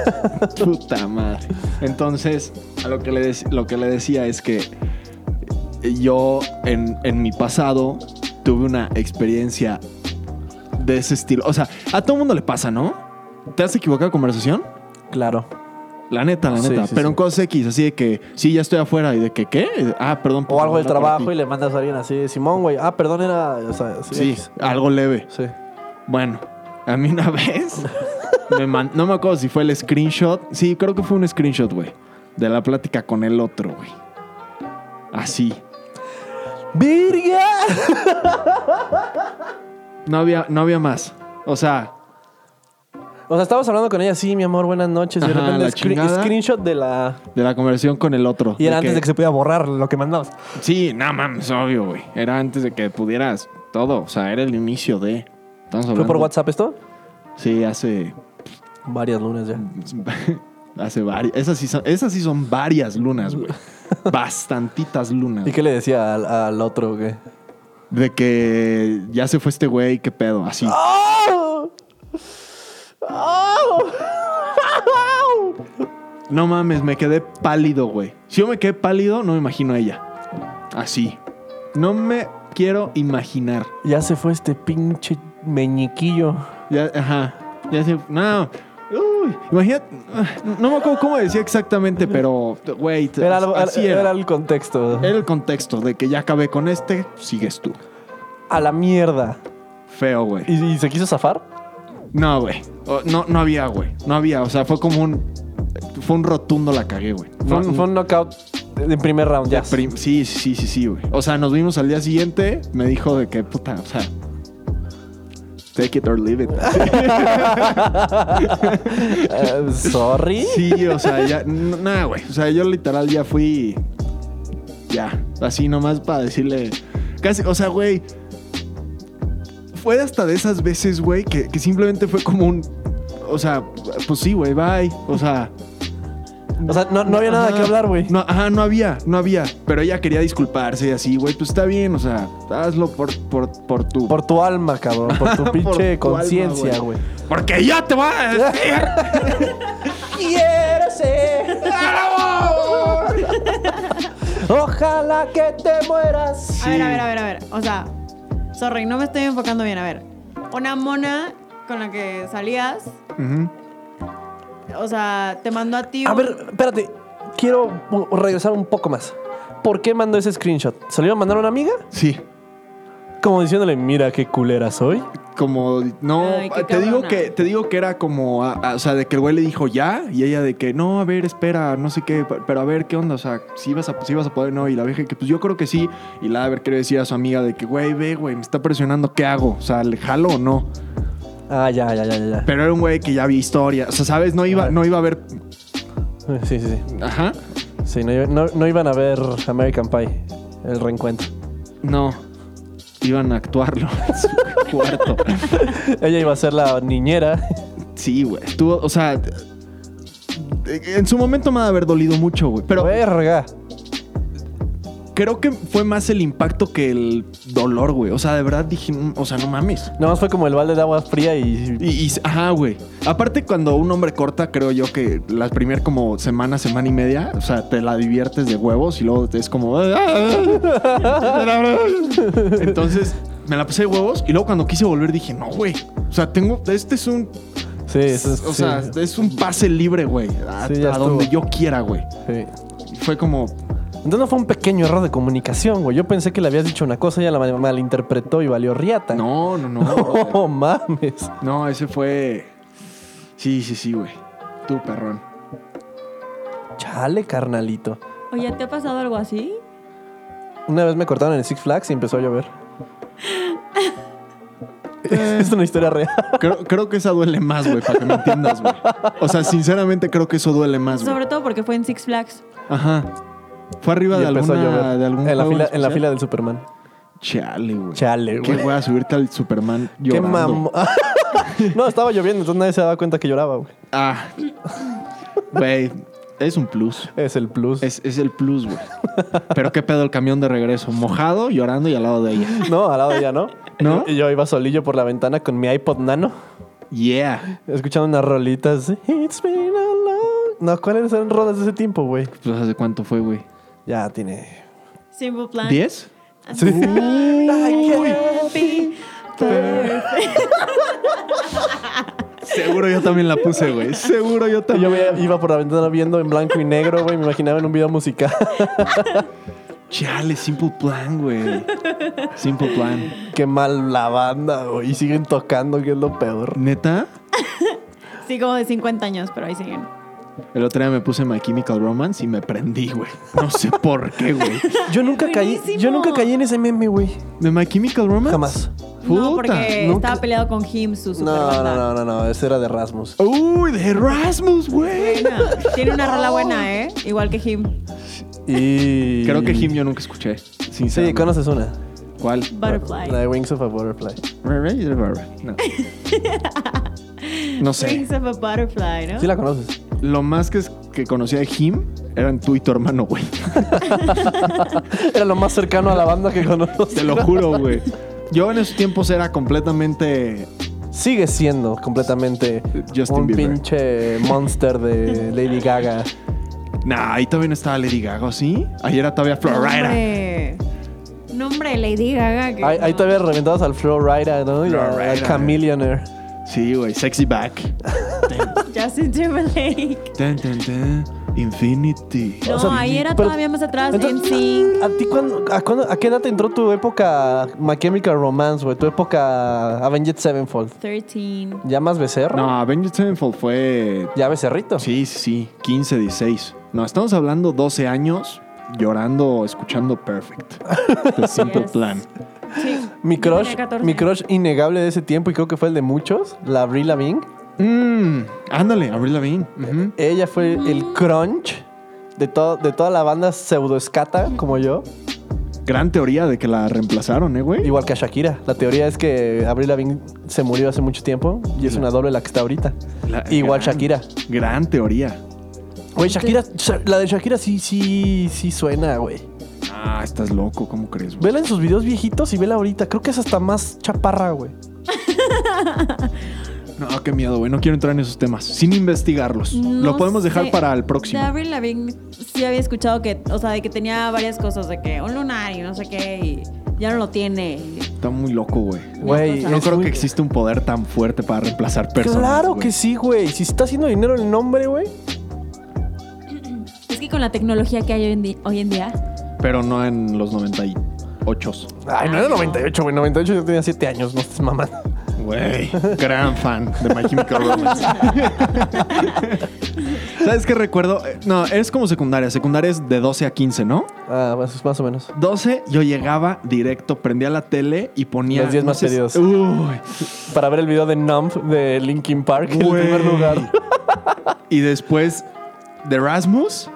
Speaker 2: Puta madre. Entonces, a lo que le, dec- lo que le decía es que eh, yo en, en mi pasado tuve una experiencia de ese estilo. O sea, a todo mundo le pasa, ¿no? ¿Te has equivocado de conversación?
Speaker 1: Claro.
Speaker 2: La neta, la
Speaker 1: Sí,
Speaker 2: neta.
Speaker 1: sí,
Speaker 2: Pero
Speaker 1: sí.
Speaker 2: en cosas X, así de que, sí, ya estoy afuera. ¿Y de que qué? Ah, perdón.
Speaker 1: O algo del
Speaker 2: perdón, no
Speaker 1: trabajo
Speaker 2: por
Speaker 1: y
Speaker 2: ti.
Speaker 1: le mandas a alguien así, Simón, güey. Ah, perdón, era. o sea,
Speaker 2: Sí, algo leve.
Speaker 1: Sí.
Speaker 2: Bueno, a mí una vez. me man- no me acuerdo si fue el screenshot. Sí, creo que fue un screenshot, güey. De la plática con el otro, güey. Así.
Speaker 1: ¡Virga!
Speaker 2: No había, no había más. O sea,
Speaker 1: O sea, estabas hablando con ella, sí, mi amor, buenas noches. Y de
Speaker 2: Ajá,
Speaker 1: repente,
Speaker 2: la
Speaker 1: scre-
Speaker 2: chingada.
Speaker 1: screenshot de la.
Speaker 2: de la conversación con el otro.
Speaker 1: Y era antes de que se pudiera borrar lo que mandabas.
Speaker 2: Sí, no mames, obvio, güey. Era antes de que pudieras todo. O sea, era el inicio de. Estamos
Speaker 1: ¿Fue
Speaker 2: hablando.
Speaker 1: por WhatsApp esto?
Speaker 2: Sí, hace.
Speaker 1: Varias lunas ya.
Speaker 2: Hace varias. Esas sí son, esas sí son varias lunas, güey. Bastantitas lunas.
Speaker 1: ¿Y qué le decía al, al otro, güey?
Speaker 2: De que ya se fue este güey, qué pedo,
Speaker 1: Ah,
Speaker 2: así.
Speaker 1: ¡Oh! ¡Oh!
Speaker 2: No mames, me quedé pálido, güey. Si yo me quedé pálido, no me imagino a ella. Así. No me quiero imaginar.
Speaker 1: Ya se fue este pinche meñiquillo.
Speaker 2: Ya, ajá. Ya se. No. Uy, imagínate. No me acuerdo cómo decía exactamente, pero, güey,
Speaker 1: Era, algo-
Speaker 2: así
Speaker 1: era-
Speaker 2: era.
Speaker 1: era el contexto.
Speaker 2: Era el contexto de que ya acabé con este, sigues tú.
Speaker 1: A la mierda.
Speaker 2: Feo, güey.
Speaker 1: ¿Y, y se quiso zafar?
Speaker 2: No, güey. O- No, no había, güey. No había. O sea, fue como un. Fue un rotundo la cagué, güey.
Speaker 1: Fue,
Speaker 2: No,
Speaker 1: un, fue un knockout en primer round, ya.
Speaker 2: Prim- sí, sí, sí, sí, güey. O sea, nos vimos al día siguiente. Me dijo de que, puta, o sea. Take it or leave it.
Speaker 1: ¿Ah, Eh, sorry.
Speaker 2: Sí, o sea, ya. n- Nada, güey. O sea, yo literal ya fui. Ya. Así nomás para decirle. Casi, o sea, güey. Fue hasta de esas veces, güey, que, que simplemente fue como un. O sea, pues sí, güey, bye. O sea.
Speaker 1: O sea, no, no había nada
Speaker 2: Ajá.
Speaker 1: que hablar, güey.
Speaker 2: No, ajá, no había, no había. Pero ella quería disculparse y así, güey, pues está bien, o sea, hazlo por, por, por tu.
Speaker 1: Por tu alma, cabrón. Por tu pinche
Speaker 2: tu alma,
Speaker 1: conciencia, güey.
Speaker 2: güey. Porque yo te voy a decir.
Speaker 1: Quiero ser. Ojalá que te mueras.
Speaker 3: A ver, a ver, a ver, a ver. O sea, Sorry, no me estoy enfocando bien. A ver, una mona con la que salías,
Speaker 2: Ujú.
Speaker 3: o sea, te mandó a ti.
Speaker 1: A
Speaker 3: un-
Speaker 1: ver, espérate. Quiero uh, regresar un poco más. ¿Por qué mandó ese screenshot? ¿Se lo iba a mandar a una amiga?
Speaker 2: Sí.
Speaker 1: Como diciéndole, mira qué culera soy.
Speaker 2: Como, no,
Speaker 3: Ay, qué
Speaker 2: te digo
Speaker 3: cabrona.
Speaker 2: que te digo que era como, a- a- o sea, de que el güey le dijo ya y ella de que no, a ver, espera, no sé qué, pe- pero a ver qué onda, o sea, si vas a, si vas a poder, no, y la vieja que pues yo creo que sí, y la de haber querido decir a su amiga de que, güey, ve, güey, me está presionando, ¿qué hago? O sea, ¿le jalo o no?
Speaker 1: Ah, ya, ya, ya, ya. ya.
Speaker 2: Pero era un güey que ya había historia, o sea, sabes, no iba, no iba a haber,
Speaker 1: Sí, sí, sí.
Speaker 2: ajá,
Speaker 1: Sí, no, iba- no- no iban a ver American Pie, el reencuentro.
Speaker 2: no, iban a actuarlo en su cuarto.
Speaker 1: Ella iba a ser la niñera.
Speaker 2: Sí, güey, estuvo, o sea, en su momento me ha de haber dolido mucho, güey, pero...
Speaker 1: Verga.
Speaker 2: Creo que fue más el impacto que el dolor, güey. O sea, de verdad dije, "Mm, o sea, no mames.
Speaker 1: Nada más fue como el balde de agua fría y.
Speaker 2: Y, y- ajá, güey. Aparte, cuando un hombre corta, creo yo que las primeras como semana, semana y media, o sea, te la diviertes de huevos y luego es como. "Ah, Entonces, me la pasé de huevos y luego cuando quise volver dije, no, güey. O sea, tengo. Este es un.
Speaker 1: Sí, eso es-
Speaker 2: o
Speaker 1: sí,
Speaker 2: sea, es un pase libre, güey. A,
Speaker 1: Sí, ya
Speaker 2: a donde yo
Speaker 1: estuvo.
Speaker 2: quiera, güey.
Speaker 1: sí.
Speaker 2: Y Fue como.
Speaker 1: Entonces no fue un pequeño error de comunicación, güey. Yo pensé que le habías dicho una cosa, ella la mal- malinterpretó y valió riata.
Speaker 2: No, no, no. brother.
Speaker 1: No mames.
Speaker 2: No, ese fue. Sí, sí, sí, güey. Tú, perrón.
Speaker 1: Chale, carnalito.
Speaker 3: Oye, ¿te ha pasado algo así?
Speaker 1: Una vez me cortaron en el Six Flags y empezó a llover.
Speaker 2: Eh,
Speaker 1: es una historia real.
Speaker 2: Creo, creo que esa duele más, güey, para que me entiendas, güey. O sea, sinceramente creo que eso duele más, güey.
Speaker 3: Sobre todo porque fue en Six Flags.
Speaker 2: Ajá. Fue arriba
Speaker 1: Y
Speaker 2: de
Speaker 1: empezó a
Speaker 2: alguna.
Speaker 1: llover.
Speaker 2: De algún
Speaker 1: en, la
Speaker 2: juego
Speaker 1: fila, en la
Speaker 2: especial.
Speaker 1: fila del Superman.
Speaker 2: Chale, güey.
Speaker 1: Chale,
Speaker 2: Qué
Speaker 1: güey.
Speaker 2: voy a subirte al Superman llorando.
Speaker 1: Qué mamón. no, estaba lloviendo, entonces nadie se daba cuenta que lloraba, güey.
Speaker 2: Ah. Güey, es un plus.
Speaker 1: Es el plus.
Speaker 2: Es, es el plus, güey. Pero qué pedo el camión de regreso. Mojado, llorando y al lado de ella.
Speaker 1: No, al lado de ella, ¿no?
Speaker 2: ¿No?
Speaker 1: Y yo iba solillo por la ventana con mi iPod nano,
Speaker 2: Yeah.
Speaker 1: escuchando unas rolitas. It's been a long- No, ¿cuáles eran rolas de ese tiempo, güey?
Speaker 2: Pues hace cuánto fue, güey.
Speaker 1: Ya tiene.
Speaker 3: Simple Plan.
Speaker 2: ¿Diez?
Speaker 1: Sí.
Speaker 3: Happy birthday.
Speaker 2: Seguro yo tambibién la puse, güey. Seguro yo
Speaker 1: Y
Speaker 2: también.
Speaker 1: Yo veía- iba por la ventana viendo en blanco y negro, güey. Me imaginaba en un video musical.
Speaker 2: Chale, Simple Plan, güey. Simple Plan.
Speaker 1: Qué mal la banda, güey. Y siguen tocando, que es lo peor.
Speaker 2: ¿Neta?
Speaker 3: Sí, como de 50 años, pero ahí siguen.
Speaker 2: El otro día me puse My Chemical Romance y me prendí, güey. No sé por qué, güey.
Speaker 1: Yo nunca caí. Yo
Speaker 3: Buenísimo.
Speaker 1: nunca caí en ese meme, güey.
Speaker 2: ¿De My Chemical Romance?
Speaker 1: Jamás.
Speaker 3: no, porque
Speaker 2: Puta,
Speaker 1: nunca-
Speaker 3: estaba peleado con Him, su super
Speaker 1: No, no, no, no, no. Ese era de Rasmus.
Speaker 2: Uy, de Erasmus, güey.
Speaker 3: Tiene una rola buena, ¿eh? Igual que Him.
Speaker 1: Y.
Speaker 2: Creo que Jim yo nunca escuché. Sinceramente.
Speaker 1: Sí, conoces una.
Speaker 2: ¿Cuál?
Speaker 3: Butterfly.
Speaker 1: La de Wings of a Butterfly.
Speaker 2: No. No sé.
Speaker 3: Wings of a Butterfly, ¿no?
Speaker 1: Sí la conoces.
Speaker 2: Lo más que, es- que conocía de Jim eran tú y tu hermano, güey.
Speaker 1: Era lo más cercano a la banda que conozco.
Speaker 2: Te lo juro, güey. Yo en esos tiempos era completamente
Speaker 1: Sigue siendo completamente
Speaker 2: Justin
Speaker 1: un
Speaker 2: Bieber.
Speaker 1: pinche monster de Lady Gaga.
Speaker 2: Nah, ahí todavía no estaba Lady Gaga, ¿o ¿sí? Ahí era todavía Florida.
Speaker 3: Nombre. Nombre, Lady Gaga. que
Speaker 1: Ahí, ahí
Speaker 3: no.
Speaker 1: todavía reventados al Flow Rider, ¿no? Y a-
Speaker 2: Flo
Speaker 1: al
Speaker 2: Rida.
Speaker 1: Chameleonaire.
Speaker 2: Sí, güey, Sexy Back.
Speaker 3: Justin Timberlake.
Speaker 2: Tan, tan, tan. Infinity.
Speaker 3: No,
Speaker 1: O sea,
Speaker 3: ahí era
Speaker 1: pero-
Speaker 3: todavía más atrás.
Speaker 1: Entonces,
Speaker 3: NSYNC.
Speaker 1: ¿A ti cuándo, a, cuándo- a qué edad te entró tu época My Chemical Romance, güey? Tu época Avenged Sevenfold.
Speaker 3: 13.
Speaker 1: ¿Ya más becerro?
Speaker 2: No, Avengers Sevenfold fue.
Speaker 1: ¿Ya becerrito?
Speaker 2: Sí, sí, sí. 15, 16. No, estamos hablando 12 años llorando, escuchando Perfect. The Simple
Speaker 3: Yes.
Speaker 2: Plan.
Speaker 3: Sí.
Speaker 1: Mi
Speaker 3: Yo
Speaker 1: crush,
Speaker 3: tenía 14.
Speaker 1: mi crush innegable de ese tiempo y creo que fue el de muchos, la Avril Lavigne.
Speaker 2: Mmm, ándale, Avril Lavigne. Ujú.
Speaker 1: Ella fue el crunch de, todo, de toda la banda pseudo escata como yo,
Speaker 2: Gran teoría de que la reemplazaron, ¿eh, güey?
Speaker 1: igual que a Shakira. La teoría es que Avril Lavigne se murió hace mucho tiempo y es una doble la que está ahorita.
Speaker 2: La-
Speaker 1: igual
Speaker 2: gran-
Speaker 1: Shakira.
Speaker 2: Gran teoría.
Speaker 1: Güey, Shakira, Sha- la de Shakira sí, sí, sí suena, güey.
Speaker 2: Ah, estás loco, ¿cómo crees, güey?
Speaker 1: Vela en sus videos viejitos y vela ahorita. Creo que es hasta más chaparra, güey.
Speaker 2: No, qué miedo, güey. No quiero entrar en esos temas sin investigarlos.
Speaker 3: No
Speaker 2: Lo podemos dejar
Speaker 3: sé.
Speaker 2: para el próximo.
Speaker 3: De Avril Lavigne sí había escuchado que, o sea, de que tenía varias cosas, de que un lunar y no sé qué, y ya no lo tiene.
Speaker 2: Está muy loco, güey.
Speaker 1: Güey,
Speaker 2: No
Speaker 1: es
Speaker 2: creo
Speaker 1: muy-
Speaker 2: que exista un poder tan fuerte para reemplazar personas.
Speaker 1: Claro
Speaker 2: güey.
Speaker 1: que sí, güey. Si está haciendo dinero el nombre, güey.
Speaker 3: Es que con la tecnología que hay hoy en, di- hoy en día,
Speaker 2: Pero no en los 98.
Speaker 1: Ay, no
Speaker 3: Ay,
Speaker 1: era
Speaker 3: no.
Speaker 1: 98, güey. 98 yo tenía 7 años, no estés mamá.
Speaker 2: Güey, gran fan de My Chemical Romance. ¿Sabes qué recuerdo? Eh, No, es como secundaria. Secundaria es de 12 a 15, ¿no?
Speaker 1: Ah, más, más o menos.
Speaker 2: 12, yo llegaba directo, prendía la tele y ponía.
Speaker 1: Los 10 más
Speaker 2: no sé
Speaker 1: pedidos.
Speaker 2: si- Uy,
Speaker 1: Para ver el video de Numb de Linkin Park en
Speaker 2: güey.
Speaker 1: primer lugar.
Speaker 2: Y después de Erasmus.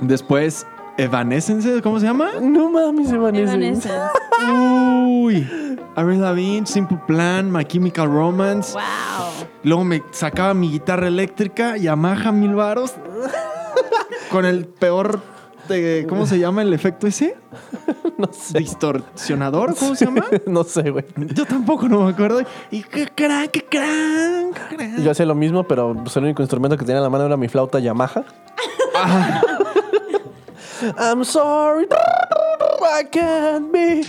Speaker 2: Después Evanescence, ¿cómo se llama?
Speaker 1: No mames, Evanescence.
Speaker 3: Evanescence.
Speaker 2: Uy, Avril Lavigne, Simple Plan, My Chemical Romance.
Speaker 3: wow.
Speaker 2: Luego me sacaba mi guitarra eléctrica, Yamaha mil varos. con el peor. eh, ¿Cómo se llama el efecto ese?
Speaker 1: No sé.
Speaker 2: ¿Distorsionador? ¿Cómo se llama?
Speaker 1: no sé, güey.
Speaker 2: Yo tampoco no me acuerdo. Y qué crack, qué crack, qué crack.
Speaker 1: Yo hacía lo mismo, pero pues, el único instrumento que tenía en la mano era mi flauta Yamaha. I'm sorry, I can't be.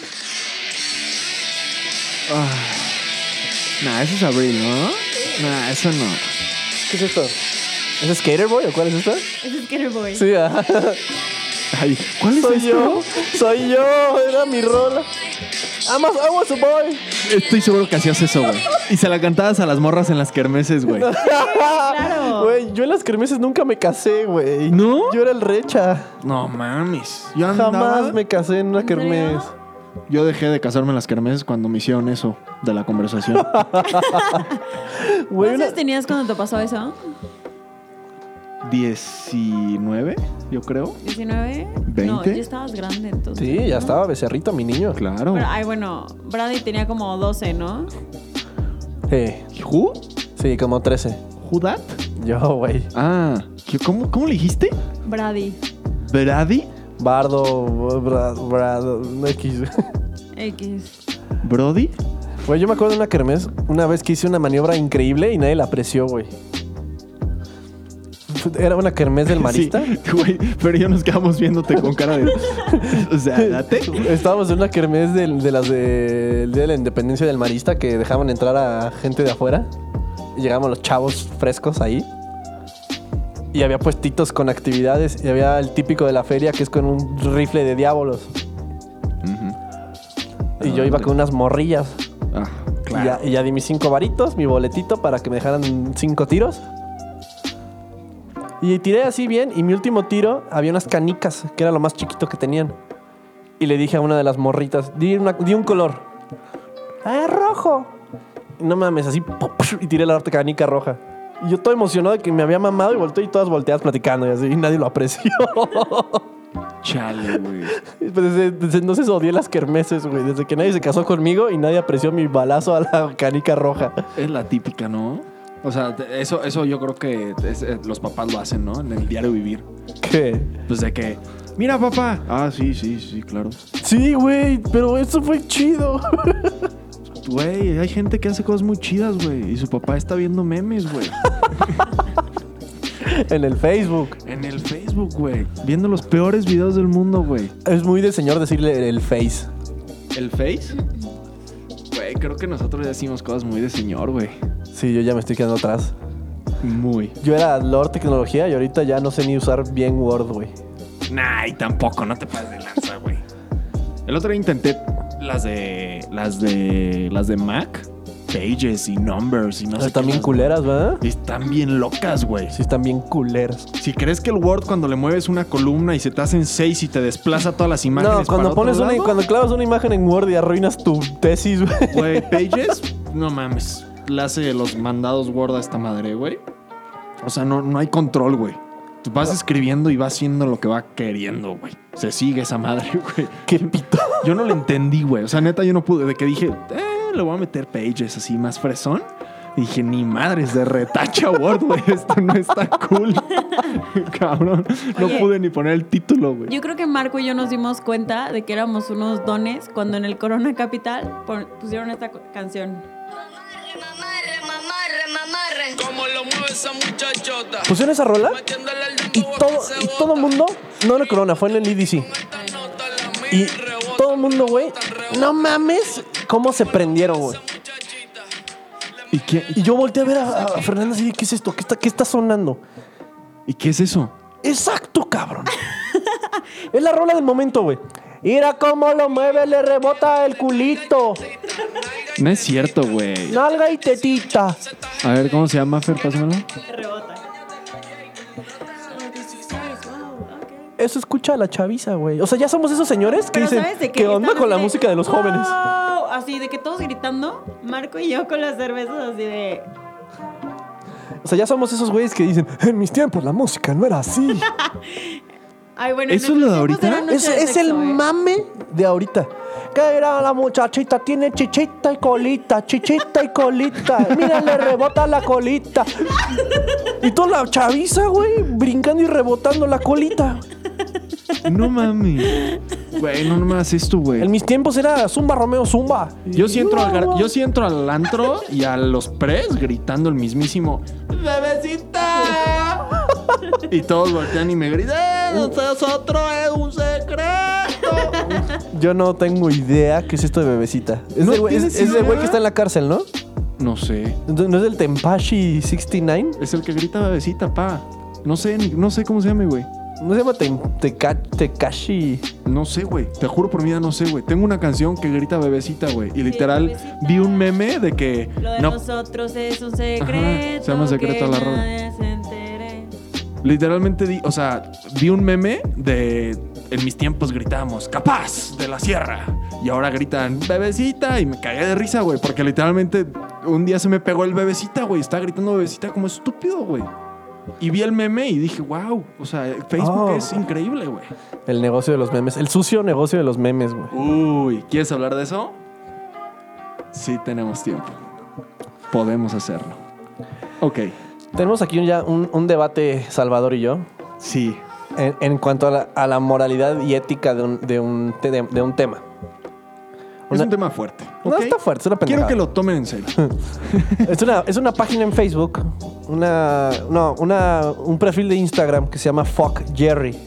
Speaker 2: Nah, eso es abril, ¿no? Nah, eso no.
Speaker 1: ¿Qué es esto? ¿Es Skater Boy o cuál es esta?
Speaker 3: Ese es Skater Boy.
Speaker 1: Sí, ah.
Speaker 2: Ay, ¿cuál es
Speaker 1: soy yo,
Speaker 2: esto?
Speaker 1: soy yo, era mi rola. I'm a, I was a boy.
Speaker 2: Estoy seguro que hacías eso, güey. Y se la cantabas a las morras en las kermeses, güey.
Speaker 3: claro.
Speaker 1: Güey, yo en las kermeses nunca me casé, güey.
Speaker 2: ¿No?
Speaker 1: Yo era el recha.
Speaker 2: No mames. Yo andaba-
Speaker 1: Jamás me casé en una
Speaker 3: ¿En serio?
Speaker 1: kermés.
Speaker 2: Yo dejé de casarme en las kermeses cuando me hicieron eso de la conversación.
Speaker 1: Güey,
Speaker 3: ¿Cuántos
Speaker 1: una-
Speaker 3: años tenías cuando te pasó eso?
Speaker 2: 19, yo creo.
Speaker 3: ¿19? No,
Speaker 2: ¿Veinte?
Speaker 3: ya estabas grande entonces.
Speaker 1: Sí, ya
Speaker 3: ¿no?
Speaker 1: estaba becerrito mi niño.
Speaker 2: Claro.
Speaker 3: Pero, ay, bueno, Brady tenía como 12, ¿no?
Speaker 1: Sí,
Speaker 2: ¿Who?
Speaker 1: Eh, sí, como 13.
Speaker 2: ¿Who that?
Speaker 1: Yo, güey.
Speaker 2: Ah, ¿qué- ¿cómo, cómo le dijiste?
Speaker 3: Brady.
Speaker 2: ¿Brady?
Speaker 1: Bardo, bra- brado, X.
Speaker 3: X.
Speaker 2: ¿Brody?
Speaker 1: Güey, yo me acuerdo de una kermés una vez que hice una maniobra increíble y nadie la apreció, güey. Era una kermés del marista.
Speaker 2: Sí, güey, pero ya nos quedamos viéndote con cara de. o sea, date.
Speaker 1: Estábamos en una kermés del- de, las de, el Día de la Independencia del Marista que dejaban entrar a gente de afuera. Y llegamos los chavos frescos ahí. Y había puestitos con actividades. Y había el típico de la feria que es con un rifle de diablos. Y yo iba con unas morrillas.
Speaker 2: Ah,
Speaker 1: Y
Speaker 2: claro.
Speaker 1: ya- Y, ya, di mis cinco varitos, mi boletito para que me dejaran cinco tiros. Y tiré así bien. Y mi último tiro había unas canicas, que era lo más chiquito que tenían. Y le dije a una de las morritas, di, una- di un color. Ah, rojo. Y No mames, así. ¡pum! Y tiré la canica roja. Y yo todo emocionado de que me había mamado y volteé y todas volteadas platicando y así. Y nadie lo apreció.
Speaker 2: Chale, güey.
Speaker 1: pues Desde, desde entonces odié las kermeses, güey. Desde que nadie se casó conmigo y nadie apreció mi balazo a la canica roja.
Speaker 2: Es la típica, ¿no? O sea, te- eso, eso yo creo que es- eh, los papás lo hacen, ¿no? En el diario vivir.
Speaker 1: ¿Qué?
Speaker 2: Pues de que. Mira, papá. Ah, sí, sí, sí, claro.
Speaker 1: Sí, güey, pero eso fue chido.
Speaker 2: Güey, hay gente que hace cosas muy chidas, güey. Y su papá está viendo memes, güey.
Speaker 1: en el Facebook.
Speaker 2: en el Facebook, güey. Viendo los peores videos del mundo, güey.
Speaker 1: Es muy de señor decirle el Face.
Speaker 2: ¿El Face? Güey, creo que nosotros ya decimos cosas muy de señor, güey.
Speaker 1: Sí, yo ya me estoy quedando atrás.
Speaker 2: Muy.
Speaker 1: Yo era Lord Tecnología y ahorita ya no sé ni usar bien Word, güey.
Speaker 2: Nah, y tampoco, no te pases de lanza, güey. El otro día intenté las de. las de. las de Mac. Pages y numbers y no sé
Speaker 1: Están
Speaker 2: qué
Speaker 1: bien
Speaker 2: las-
Speaker 1: culeras, ¿verdad?
Speaker 2: Están bien locas, güey.
Speaker 1: Sí, están bien culeras.
Speaker 2: Si crees que el Word cuando le mueves una columna y se te hacen seis y te desplaza todas las imágenes.
Speaker 1: No, cuando
Speaker 2: para otro
Speaker 1: pones una,
Speaker 2: lado,
Speaker 1: cuando clavas una imagen en Word y arruinas tu tesis, güey.
Speaker 2: Güey, Pages, no mames. Le hace los mandados Word a esta madre, güey. O sea, no, no hay control, güey. Tú vas escribiendo y vas haciendo lo que va queriendo, güey. Se sigue esa madre, güey.
Speaker 1: Qué pito.
Speaker 2: Yo no lo entendí, güey. O sea, neta, yo no pude. De que dije, eh, le voy a meter Pages así más fresón. Y dije, ni madres de retacha Word, güey. Esto no está cool. Cabrón. No
Speaker 3: Oye.
Speaker 2: pude ni poner el título, güey.
Speaker 3: Yo creo que Marco y yo nos dimos cuenta de que éramos unos dones cuando en el Corona Capital pon- pusieron esta co- canción.
Speaker 4: Mamarre, mamarre, mamarre, mamarre.
Speaker 5: Cómo lo mueve esa muchachota.
Speaker 1: Pusieron esa rola
Speaker 5: Metiéndole el
Speaker 1: Pues, y
Speaker 5: dembow a
Speaker 1: todo,
Speaker 5: que se
Speaker 1: y todo
Speaker 5: bota.
Speaker 1: mundo, no en el Corona, fue en el EDC.
Speaker 5: Esta nota la
Speaker 1: Y
Speaker 5: mil rebota.
Speaker 1: todo el mundo, güey. No mames cómo se prendieron, güey.
Speaker 2: ¿Y qué,
Speaker 1: Y yo volteé a ver a, a Fernanda así, de, ¿qué es esto? ¿Qué está, qué está sonando?
Speaker 2: y qué es eso?
Speaker 1: Exacto, cabrón. es la rola del momento, güey. Mira cómo lo mueve, le rebota el culito.
Speaker 2: No es cierto, güey.
Speaker 1: Nalga y tetita.
Speaker 2: A ver, ¿cómo se llama, Fer? Pásamelo.
Speaker 3: Me rebota.
Speaker 1: Eso escucha a la chaviza, güey. O sea, ya somos esos señores que
Speaker 3: Pero
Speaker 1: dicen,
Speaker 3: ¿sabes de qué?
Speaker 1: ¿qué onda
Speaker 3: Estaban
Speaker 1: con la
Speaker 3: así de, Ah.
Speaker 1: música de los jóvenes?
Speaker 3: "Wow", Así de que todos gritando, Marco y yo con las cervezas así de...
Speaker 1: O sea, ya somos esos güeyes que dicen, en mis tiempos la música no era así.
Speaker 3: Ay, bueno,
Speaker 2: ¿Eso
Speaker 3: en
Speaker 2: es lo de
Speaker 3: nuestros tiempos
Speaker 2: ahorita?
Speaker 3: era noche
Speaker 1: es
Speaker 3: de
Speaker 1: es el
Speaker 3: sexo, ¿eh?
Speaker 1: mame de ahorita. Que era la muchachita, tiene chichita y colita, chichita y colita. Mira, le rebota la colita. Y toda la chaviza, güey, brincando y rebotando la colita.
Speaker 2: No mames. Güey, no nomás esto, güey.
Speaker 1: En mis tiempos era Zumba Romeo Zumba.
Speaker 2: Yo sí, entro al gar- yo sí entro al antro y a los pres gritando el mismísimo ¡Bebecita! Y todos voltean y me gritan "Eh, ¡Nosotros es un secreto!
Speaker 1: Yo no tengo idea qué es esto de bebecita. Es
Speaker 2: ¿No
Speaker 1: de güey- es-
Speaker 2: tienes
Speaker 1: es de güey
Speaker 2: idea?
Speaker 1: que está en la cárcel, ¿no?
Speaker 2: No sé.
Speaker 1: ¿No es del Tempashi 69?
Speaker 2: Es el que grita bebecita, pa. No sé, ni- no sé cómo se llama, güey.
Speaker 1: ¿No se llama Tem- Teca- Tekashi?
Speaker 2: No sé, güey. Te juro por mi vida, no sé, güey. Tengo una canción que grita bebecita, güey. Y literal
Speaker 3: bebecita.
Speaker 2: vi un meme de que.
Speaker 3: Lo de
Speaker 2: No,
Speaker 3: nosotros es un secreto.
Speaker 2: se llama secreto
Speaker 3: que
Speaker 2: la rola.
Speaker 3: nadie se entere.
Speaker 2: literalmente, di- o sea, vi un meme de. En mis tiempos gritábamos, capaz de la sierra. Y ahora gritan, bebecita. Y me cagué de risa, güey. Porque literalmente un día se me pegó el bebecita, güey. Estaba gritando bebecita como estúpido, güey. Y vi el meme y dije, wow. O sea, Facebook
Speaker 1: Oh.
Speaker 2: es increíble, güey.
Speaker 1: El negocio de los memes. El sucio negocio de los memes, güey.
Speaker 2: Uy, ¿quieres hablar de eso? Sí, tenemos tiempo. Podemos hacerlo. Ok.
Speaker 1: Tenemos aquí un- ya un, un debate, Salvador y yo,
Speaker 2: Sí.
Speaker 1: en, en cuanto a la, a la moralidad y ética de un, de un, te- de, de un tema.
Speaker 2: Es
Speaker 1: Una-
Speaker 2: un tema fuerte.
Speaker 1: No
Speaker 2: ¿ok?
Speaker 1: está fuerte, es una
Speaker 2: Quiero
Speaker 1: pendejada.
Speaker 2: que lo tomen en serio.
Speaker 1: Es una, es una página en Facebook, una, no, una, un perfil de Instagram que se llama Fuck Jerry.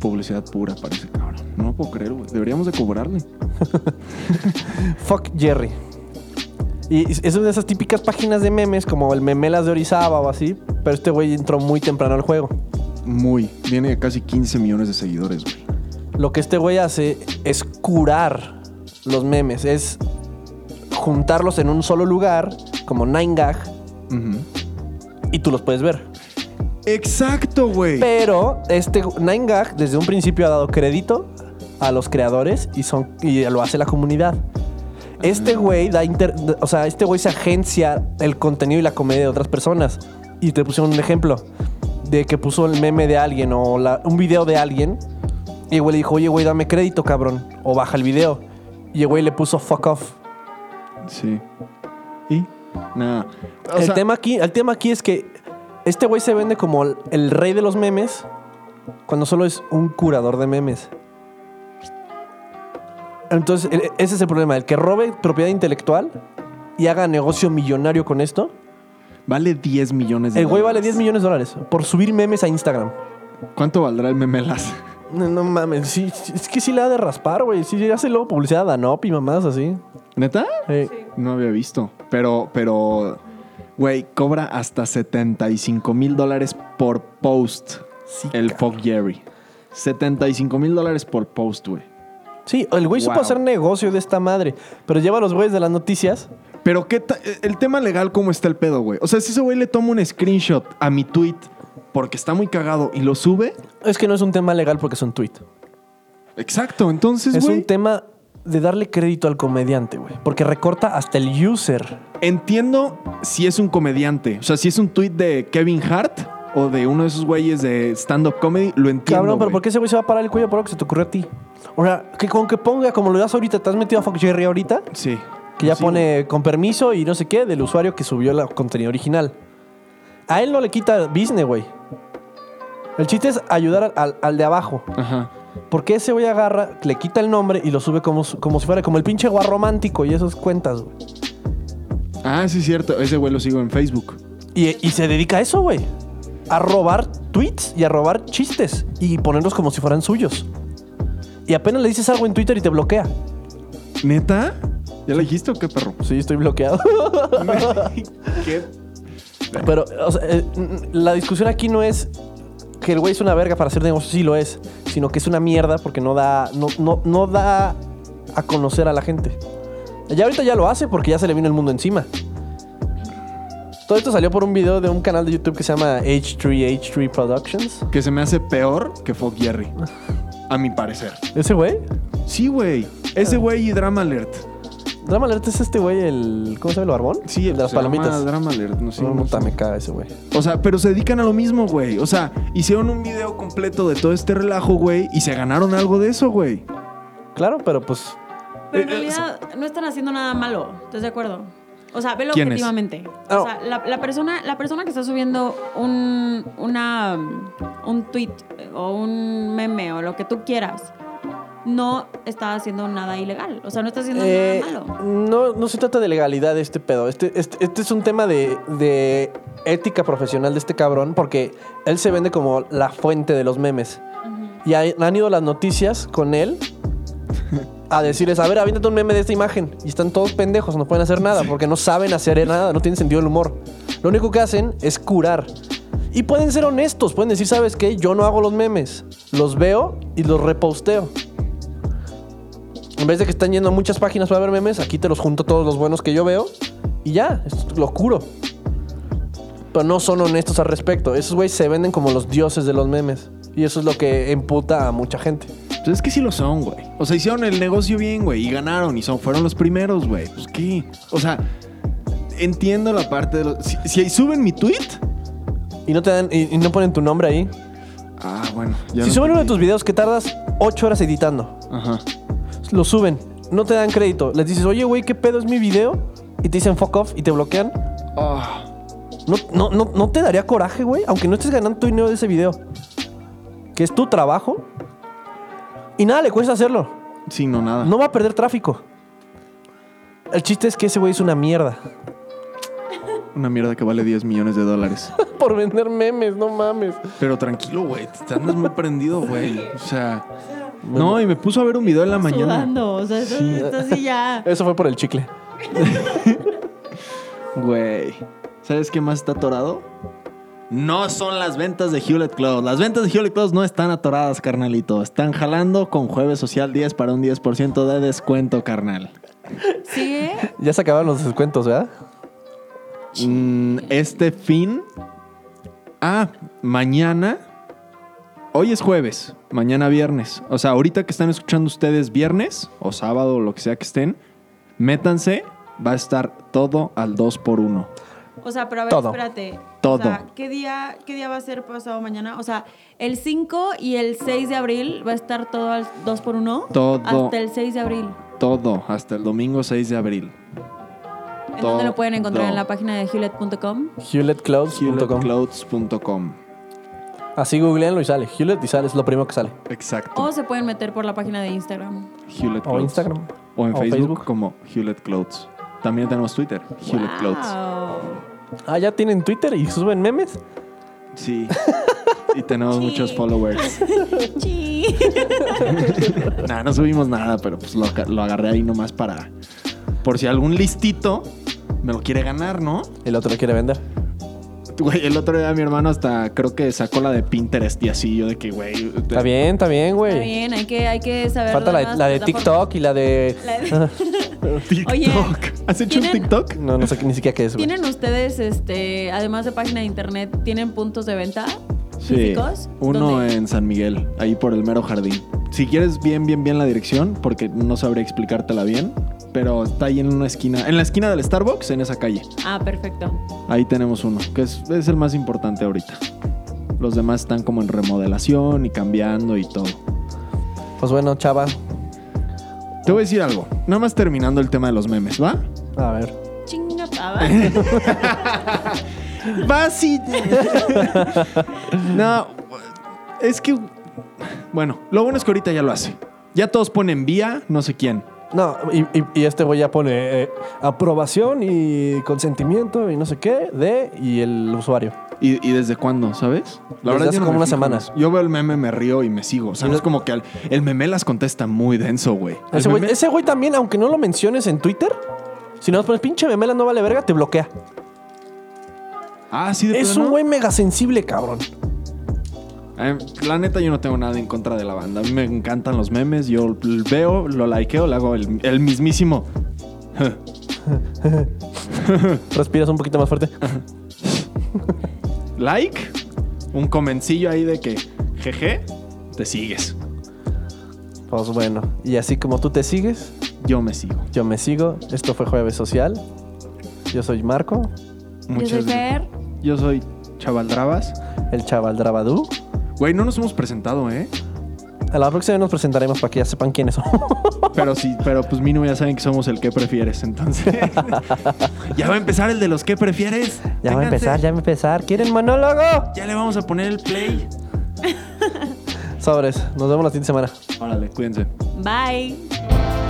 Speaker 2: Publicidad pura, parece cabrón. No lo puedo creer, güey. Deberíamos de cobrarle.
Speaker 1: Fuck Jerry. Y es- es una de esas típicas páginas de memes, como el Memelas de Orizaba o así, pero este güey entró muy temprano al juego.
Speaker 2: Muy. Tiene casi 15 millones de seguidores, güey.
Speaker 1: Lo que este güey hace es curar los memes, es juntarlos en un solo lugar, como Nine Gag,
Speaker 2: Ujú.
Speaker 1: y tú los puedes ver.
Speaker 2: Exacto, güey.
Speaker 1: Pero este Nine Gag desde un principio ha dado crédito a los creadores y, son, y lo hace la comunidad. Este güey da inter- o sea, este güey se agencia el contenido y la comedia de otras personas. Y te pusieron un ejemplo de que puso el meme de alguien o la- un video de alguien. Y el güey le dijo, oye, güey, dame crédito, cabrón. O baja el video. Y el güey le puso fuck off.
Speaker 2: Sí. ¿Y? Nada. O
Speaker 1: el,
Speaker 2: sea,
Speaker 1: tema aquí, el tema aquí es que este güey se vende como el, el rey de los memes cuando solo es un curador de memes. Entonces, el- ese es el problema. El que robe propiedad intelectual y haga negocio millonario con esto,
Speaker 2: Vale 10 millones de
Speaker 1: el güey
Speaker 2: dólares.
Speaker 1: vale 10 millones de dólares por subir memes a Instagram.
Speaker 2: ¿Cuánto valdrá el memelas?
Speaker 1: No, no mames, sí, sí, es que sí le ha de raspar, güey. Sí, hace luego publicidad a Danop y mamás así.
Speaker 2: ¿Neta?
Speaker 1: Eh,
Speaker 2: No había visto. Pero, pero, güey, cobra hasta 75 mil dólares por post.
Speaker 1: Sí,
Speaker 2: el
Speaker 1: cabrón.
Speaker 2: Fuck Jerry. 75 mil dólares por post, güey.
Speaker 1: Sí, el güey supo
Speaker 2: Wow.
Speaker 1: hacer negocio de esta madre, pero lleva a los güeyes de las noticias.
Speaker 2: Pero, ¿qué ta- eh, el tema legal, ¿cómo está el pedo, güey? O sea, si ese güey le toma un screenshot a mi tweet porque está muy cagado y lo sube.
Speaker 1: Es que no es un tema legal porque es un tweet.
Speaker 2: Exacto, entonces,
Speaker 1: Es
Speaker 2: güey.
Speaker 1: un tema de darle crédito al comediante, güey. Porque recorta hasta el user.
Speaker 2: Entiendo si es un comediante. O sea, si es un tweet de Kevin Hart o de uno de esos güeyes de stand-up comedy, lo entiendo.
Speaker 1: Cabrón, pero
Speaker 2: güey.
Speaker 1: ¿por qué ese güey se va a parar el cuello por algo que se te ocurrió a ti? O sea, que con que ponga, como lo das ahorita, te has metido a Fuck Jerry ahorita,
Speaker 2: Sí.
Speaker 1: que ya
Speaker 2: Sí, güey.
Speaker 1: pone con permiso y no sé qué del usuario que subió el contenido original. A él no le quita business, güey. El chiste es ayudar al, al de abajo.
Speaker 2: Ajá.
Speaker 1: Porque ese güey agarra, le quita el nombre y lo sube como, su- como si fuera como el pinche guarromántico y esas cuentas, güey.
Speaker 2: Ah, sí, cierto. Ese güey lo sigo en Facebook.
Speaker 1: Y, y se dedica a eso, güey. A robar tweets y a robar chistes y ponerlos como si fueran suyos. Y apenas le dices algo en Twitter y te bloquea.
Speaker 2: ¿Neta? ¿Ya le dijiste o qué, perro?
Speaker 1: Sí, estoy bloqueado.
Speaker 2: ¿Qué?
Speaker 1: Pero o sea, eh, n- la discusión aquí no es que el güey es una verga para hacer negocios, sí lo es, sino que es una mierda porque no da, no, no, no da a conocer a la gente. Ya ahorita ya lo hace porque ya se le vino el mundo encima. Todo esto salió por un video de un canal de YouTube que se llama H3H3 Productions.
Speaker 2: Que se me hace peor que Fuck Jerry. A mi parecer.
Speaker 1: ¿Ese güey?
Speaker 2: Sí, güey. Ese güey y Drama Alert.
Speaker 1: Drama Alert es este güey, el. ¿Cómo se llama el barbón?
Speaker 2: Sí,
Speaker 1: el de las
Speaker 2: se llama
Speaker 1: palomitas.
Speaker 2: Drama Alert. No, sé,
Speaker 1: No,
Speaker 2: no
Speaker 1: puta,
Speaker 2: sé.
Speaker 1: me caga ese güey.
Speaker 2: O sea, pero se dedican a lo mismo, güey. O sea, hicieron un video completo de todo este relajo, güey, y se ganaron algo de eso, güey.
Speaker 1: Claro, pero pues.
Speaker 3: Pero en realidad no están haciendo nada malo, ¿estás de acuerdo? O sea, velo
Speaker 2: ¿Quién es?
Speaker 3: objetivamente.
Speaker 1: Ah.
Speaker 3: O sea, la, la persona, la persona que está subiendo un, una, um, un tweet o un meme o lo que tú quieras, no está haciendo nada ilegal. O sea, no está haciendo
Speaker 1: Eh,
Speaker 3: nada malo.
Speaker 1: no, no se trata de legalidad de este pedo. Este, este, este es un tema de, de ética profesional de este cabrón porque él se vende como la fuente de los memes. Y hay- han ido las noticias con él a decirles, a ver, aviéntate un meme de esta imagen. Y están todos pendejos, no pueden hacer nada porque no saben hacer nada, no tienen sentido el humor. Lo único que hacen es curar. Y pueden ser honestos, pueden decir, ¿sabes qué? Yo no hago los memes. Los veo y los reposteo. En vez de que están yendo a muchas páginas para ver memes, aquí te los junto todos los buenos que yo veo y ya, es- lo curo. Pero no son honestos al respecto. Esos güeyes se venden como los dioses de los memes. Y eso es lo que emputa a mucha gente.
Speaker 2: Pues es que sí lo son, güey. O sea, hicieron el negocio bien, güey, y ganaron, y son, fueron los primeros, güey. Pues qué. O sea, entiendo la parte de los. Si, si suben mi tweet.
Speaker 1: Y no te dan, y, y no ponen tu nombre ahí.
Speaker 2: Ah, bueno. ya
Speaker 1: si
Speaker 2: no
Speaker 1: suben uno de tus
Speaker 2: entendí.
Speaker 1: videos que tardas 8 horas editando,
Speaker 2: Ajá.
Speaker 1: lo suben, no te dan crédito. Les dices, oye, güey, ¿qué pedo es mi video? Y te dicen fuck off y te bloquean.
Speaker 2: Ah,
Speaker 1: ¿No, no, no, no te daría coraje, güey? Aunque no estés ganando tu dinero de ese video. Que es tu trabajo. Y nada le cuesta hacerlo.
Speaker 2: sí, no, nada.
Speaker 1: No va a perder tráfico. El chiste es que ese güey es una mierda.
Speaker 2: Una mierda que vale 10 millones de dólares.
Speaker 1: Por vender memes, no mames.
Speaker 2: Pero tranquilo, güey. Te estás muy prendido, güey. O sea. No, y me puso a ver un video en la mañana.
Speaker 3: Sudando, o sea, esto, esto sí ya.
Speaker 1: Eso fue por el chicle.
Speaker 2: Güey. ¿Sabes qué más está atorado? No son las ventas de Hewlett Cloud. Las ventas de Hewlett Cloud no están atoradas, carnalito. Están jalando con Jueves Social 10 para un 10% de descuento, carnal.
Speaker 3: Sigue
Speaker 1: Ya se acabaron los descuentos, ¿verdad?
Speaker 2: Mm, este fin. Ah, mañana. Hoy es jueves, mañana viernes. O sea, ahorita que están escuchando ustedes viernes o sábado o lo que sea que estén, métanse. Va a estar todo al 2x1.
Speaker 3: O sea, pero a ver,
Speaker 1: Todo.
Speaker 3: espérate.
Speaker 2: Todo.
Speaker 3: O sea, ¿qué día, ¿qué día va a ser pasado mañana? O sea, el 5 y el 6 de abril va a estar todo al 2 por 1
Speaker 2: Todo.
Speaker 3: Hasta el 6 de abril.
Speaker 2: Todo hasta el domingo 6 de abril.
Speaker 3: ¿En
Speaker 2: Todo.
Speaker 3: dónde lo pueden encontrar? En la página de hewlett.com.
Speaker 1: HewlettClouds.com.
Speaker 2: HewlettClouds.com.
Speaker 1: Así googleanlo y sale. Hewlett y sale, es lo primero que sale.
Speaker 2: Exacto.
Speaker 3: O se pueden meter por la página de Instagram.
Speaker 2: Hewlett
Speaker 1: O
Speaker 2: Clouds.
Speaker 1: Instagram.
Speaker 2: O en
Speaker 1: O
Speaker 2: Facebook,
Speaker 1: Facebook.
Speaker 2: como Hewlett Clouds. También tenemos Twitter, Hewlett Clouds.
Speaker 3: Wow.
Speaker 1: Ah, ya tienen Twitter y suben memes.
Speaker 2: Sí. y tenemos
Speaker 3: Sí.
Speaker 2: muchos followers.
Speaker 3: Sí.
Speaker 2: Nah, no subimos nada, pero pues lo, lo agarré ahí nomás para. Por si algún listito me lo quiere ganar, ¿no?
Speaker 1: El otro lo quiere vender.
Speaker 2: Güey, el otro día mi hermano hasta creo que sacó la de Pinterest y así yo de que, güey.
Speaker 1: Está bien, está bien,
Speaker 3: Está
Speaker 1: güey.
Speaker 3: bien, hay que, hay que saber.
Speaker 1: Falta
Speaker 3: las
Speaker 1: la,
Speaker 3: nuevas
Speaker 1: la de
Speaker 3: plataformas.
Speaker 1: TikTok y la de...
Speaker 3: La de-
Speaker 2: TikTok.
Speaker 3: Oye,
Speaker 2: ¿Has hecho un
Speaker 3: ¿tienen-
Speaker 2: TikTok?
Speaker 1: No, no sé ni siquiera qué es, güey.
Speaker 3: ¿Tienen ustedes, este, además de página de internet, tienen puntos de venta físicos?
Speaker 2: uno
Speaker 3: ¿Dónde?
Speaker 2: en San Miguel, ahí por el mero jardín. Si quieres bien, bien, bien la dirección, porque no sabré explicártela bien, pero está ahí en una esquina, en la esquina del Starbucks, en esa calle.
Speaker 3: Ah, perfecto.
Speaker 2: Ahí tenemos uno, que es, es el más importante ahorita. Los demás están como en remodelación y cambiando y todo.
Speaker 1: Pues bueno, chava.
Speaker 2: Te voy a decir algo, nada más terminando el tema de los memes, ¿va?
Speaker 1: A ver.
Speaker 3: Chinga, pava.
Speaker 2: Vas y... no, es que... Bueno, lo bueno es que ahorita ya lo hace. Ya todos ponen vía, no sé quién.
Speaker 1: No, y, y- y este güey ya pone eh, aprobación y consentimiento y no sé qué de y el usuario.
Speaker 2: ¿Y, y desde cuándo, sabes?
Speaker 1: Desde
Speaker 2: yo
Speaker 1: hace
Speaker 2: no
Speaker 1: como una
Speaker 2: me fijo en
Speaker 1: semana.
Speaker 2: eso. Yo veo el meme, me río y me sigo. O sea, no es como que al- el meme las contesta muy denso, güey. El
Speaker 1: Ese güey,
Speaker 2: meme-
Speaker 1: ese güey también, aunque no lo menciones en Twitter, si no pones pinche memela no vale verga, te bloquea.
Speaker 2: Ah, sí, de
Speaker 1: Es
Speaker 2: plano?
Speaker 1: un güey mega sensible, cabrón.
Speaker 2: Eh, La neta, yo no tengo nada en contra de la banda. A mí me encantan los memes. Yo l- veo, lo likeo, le hago el, el mismísimo.
Speaker 1: Respiras un poquito más fuerte.
Speaker 2: Ah. like, un comencillo ahí de que, jeje, te sigues.
Speaker 1: Pues bueno, y así como tú te sigues,
Speaker 2: Yo me sigo.
Speaker 1: yo me sigo. Esto fue Jueves Social. Yo soy Marco,
Speaker 3: Yo
Speaker 2: Muchas
Speaker 3: soy
Speaker 2: gracias.
Speaker 3: Fer.
Speaker 2: Yo soy Chavaldravas.
Speaker 1: el chaval Drabadú.
Speaker 2: Güey, no nos hemos presentado, ¿eh?
Speaker 1: A la próxima nos presentaremos para que ya sepan quiénes son.
Speaker 2: Pero sí, pero pues mínimo ya saben que somos el que prefieres, entonces. ya va a empezar el de los que prefieres.
Speaker 1: Ya va a
Speaker 2: Ténganse.
Speaker 1: empezar, ya va a empezar. ¿Quieren monólogo?
Speaker 2: Ya le vamos a poner el play.
Speaker 1: Sobres, nos vemos la siguiente semana.
Speaker 2: Órale, cuídense.
Speaker 3: Bye.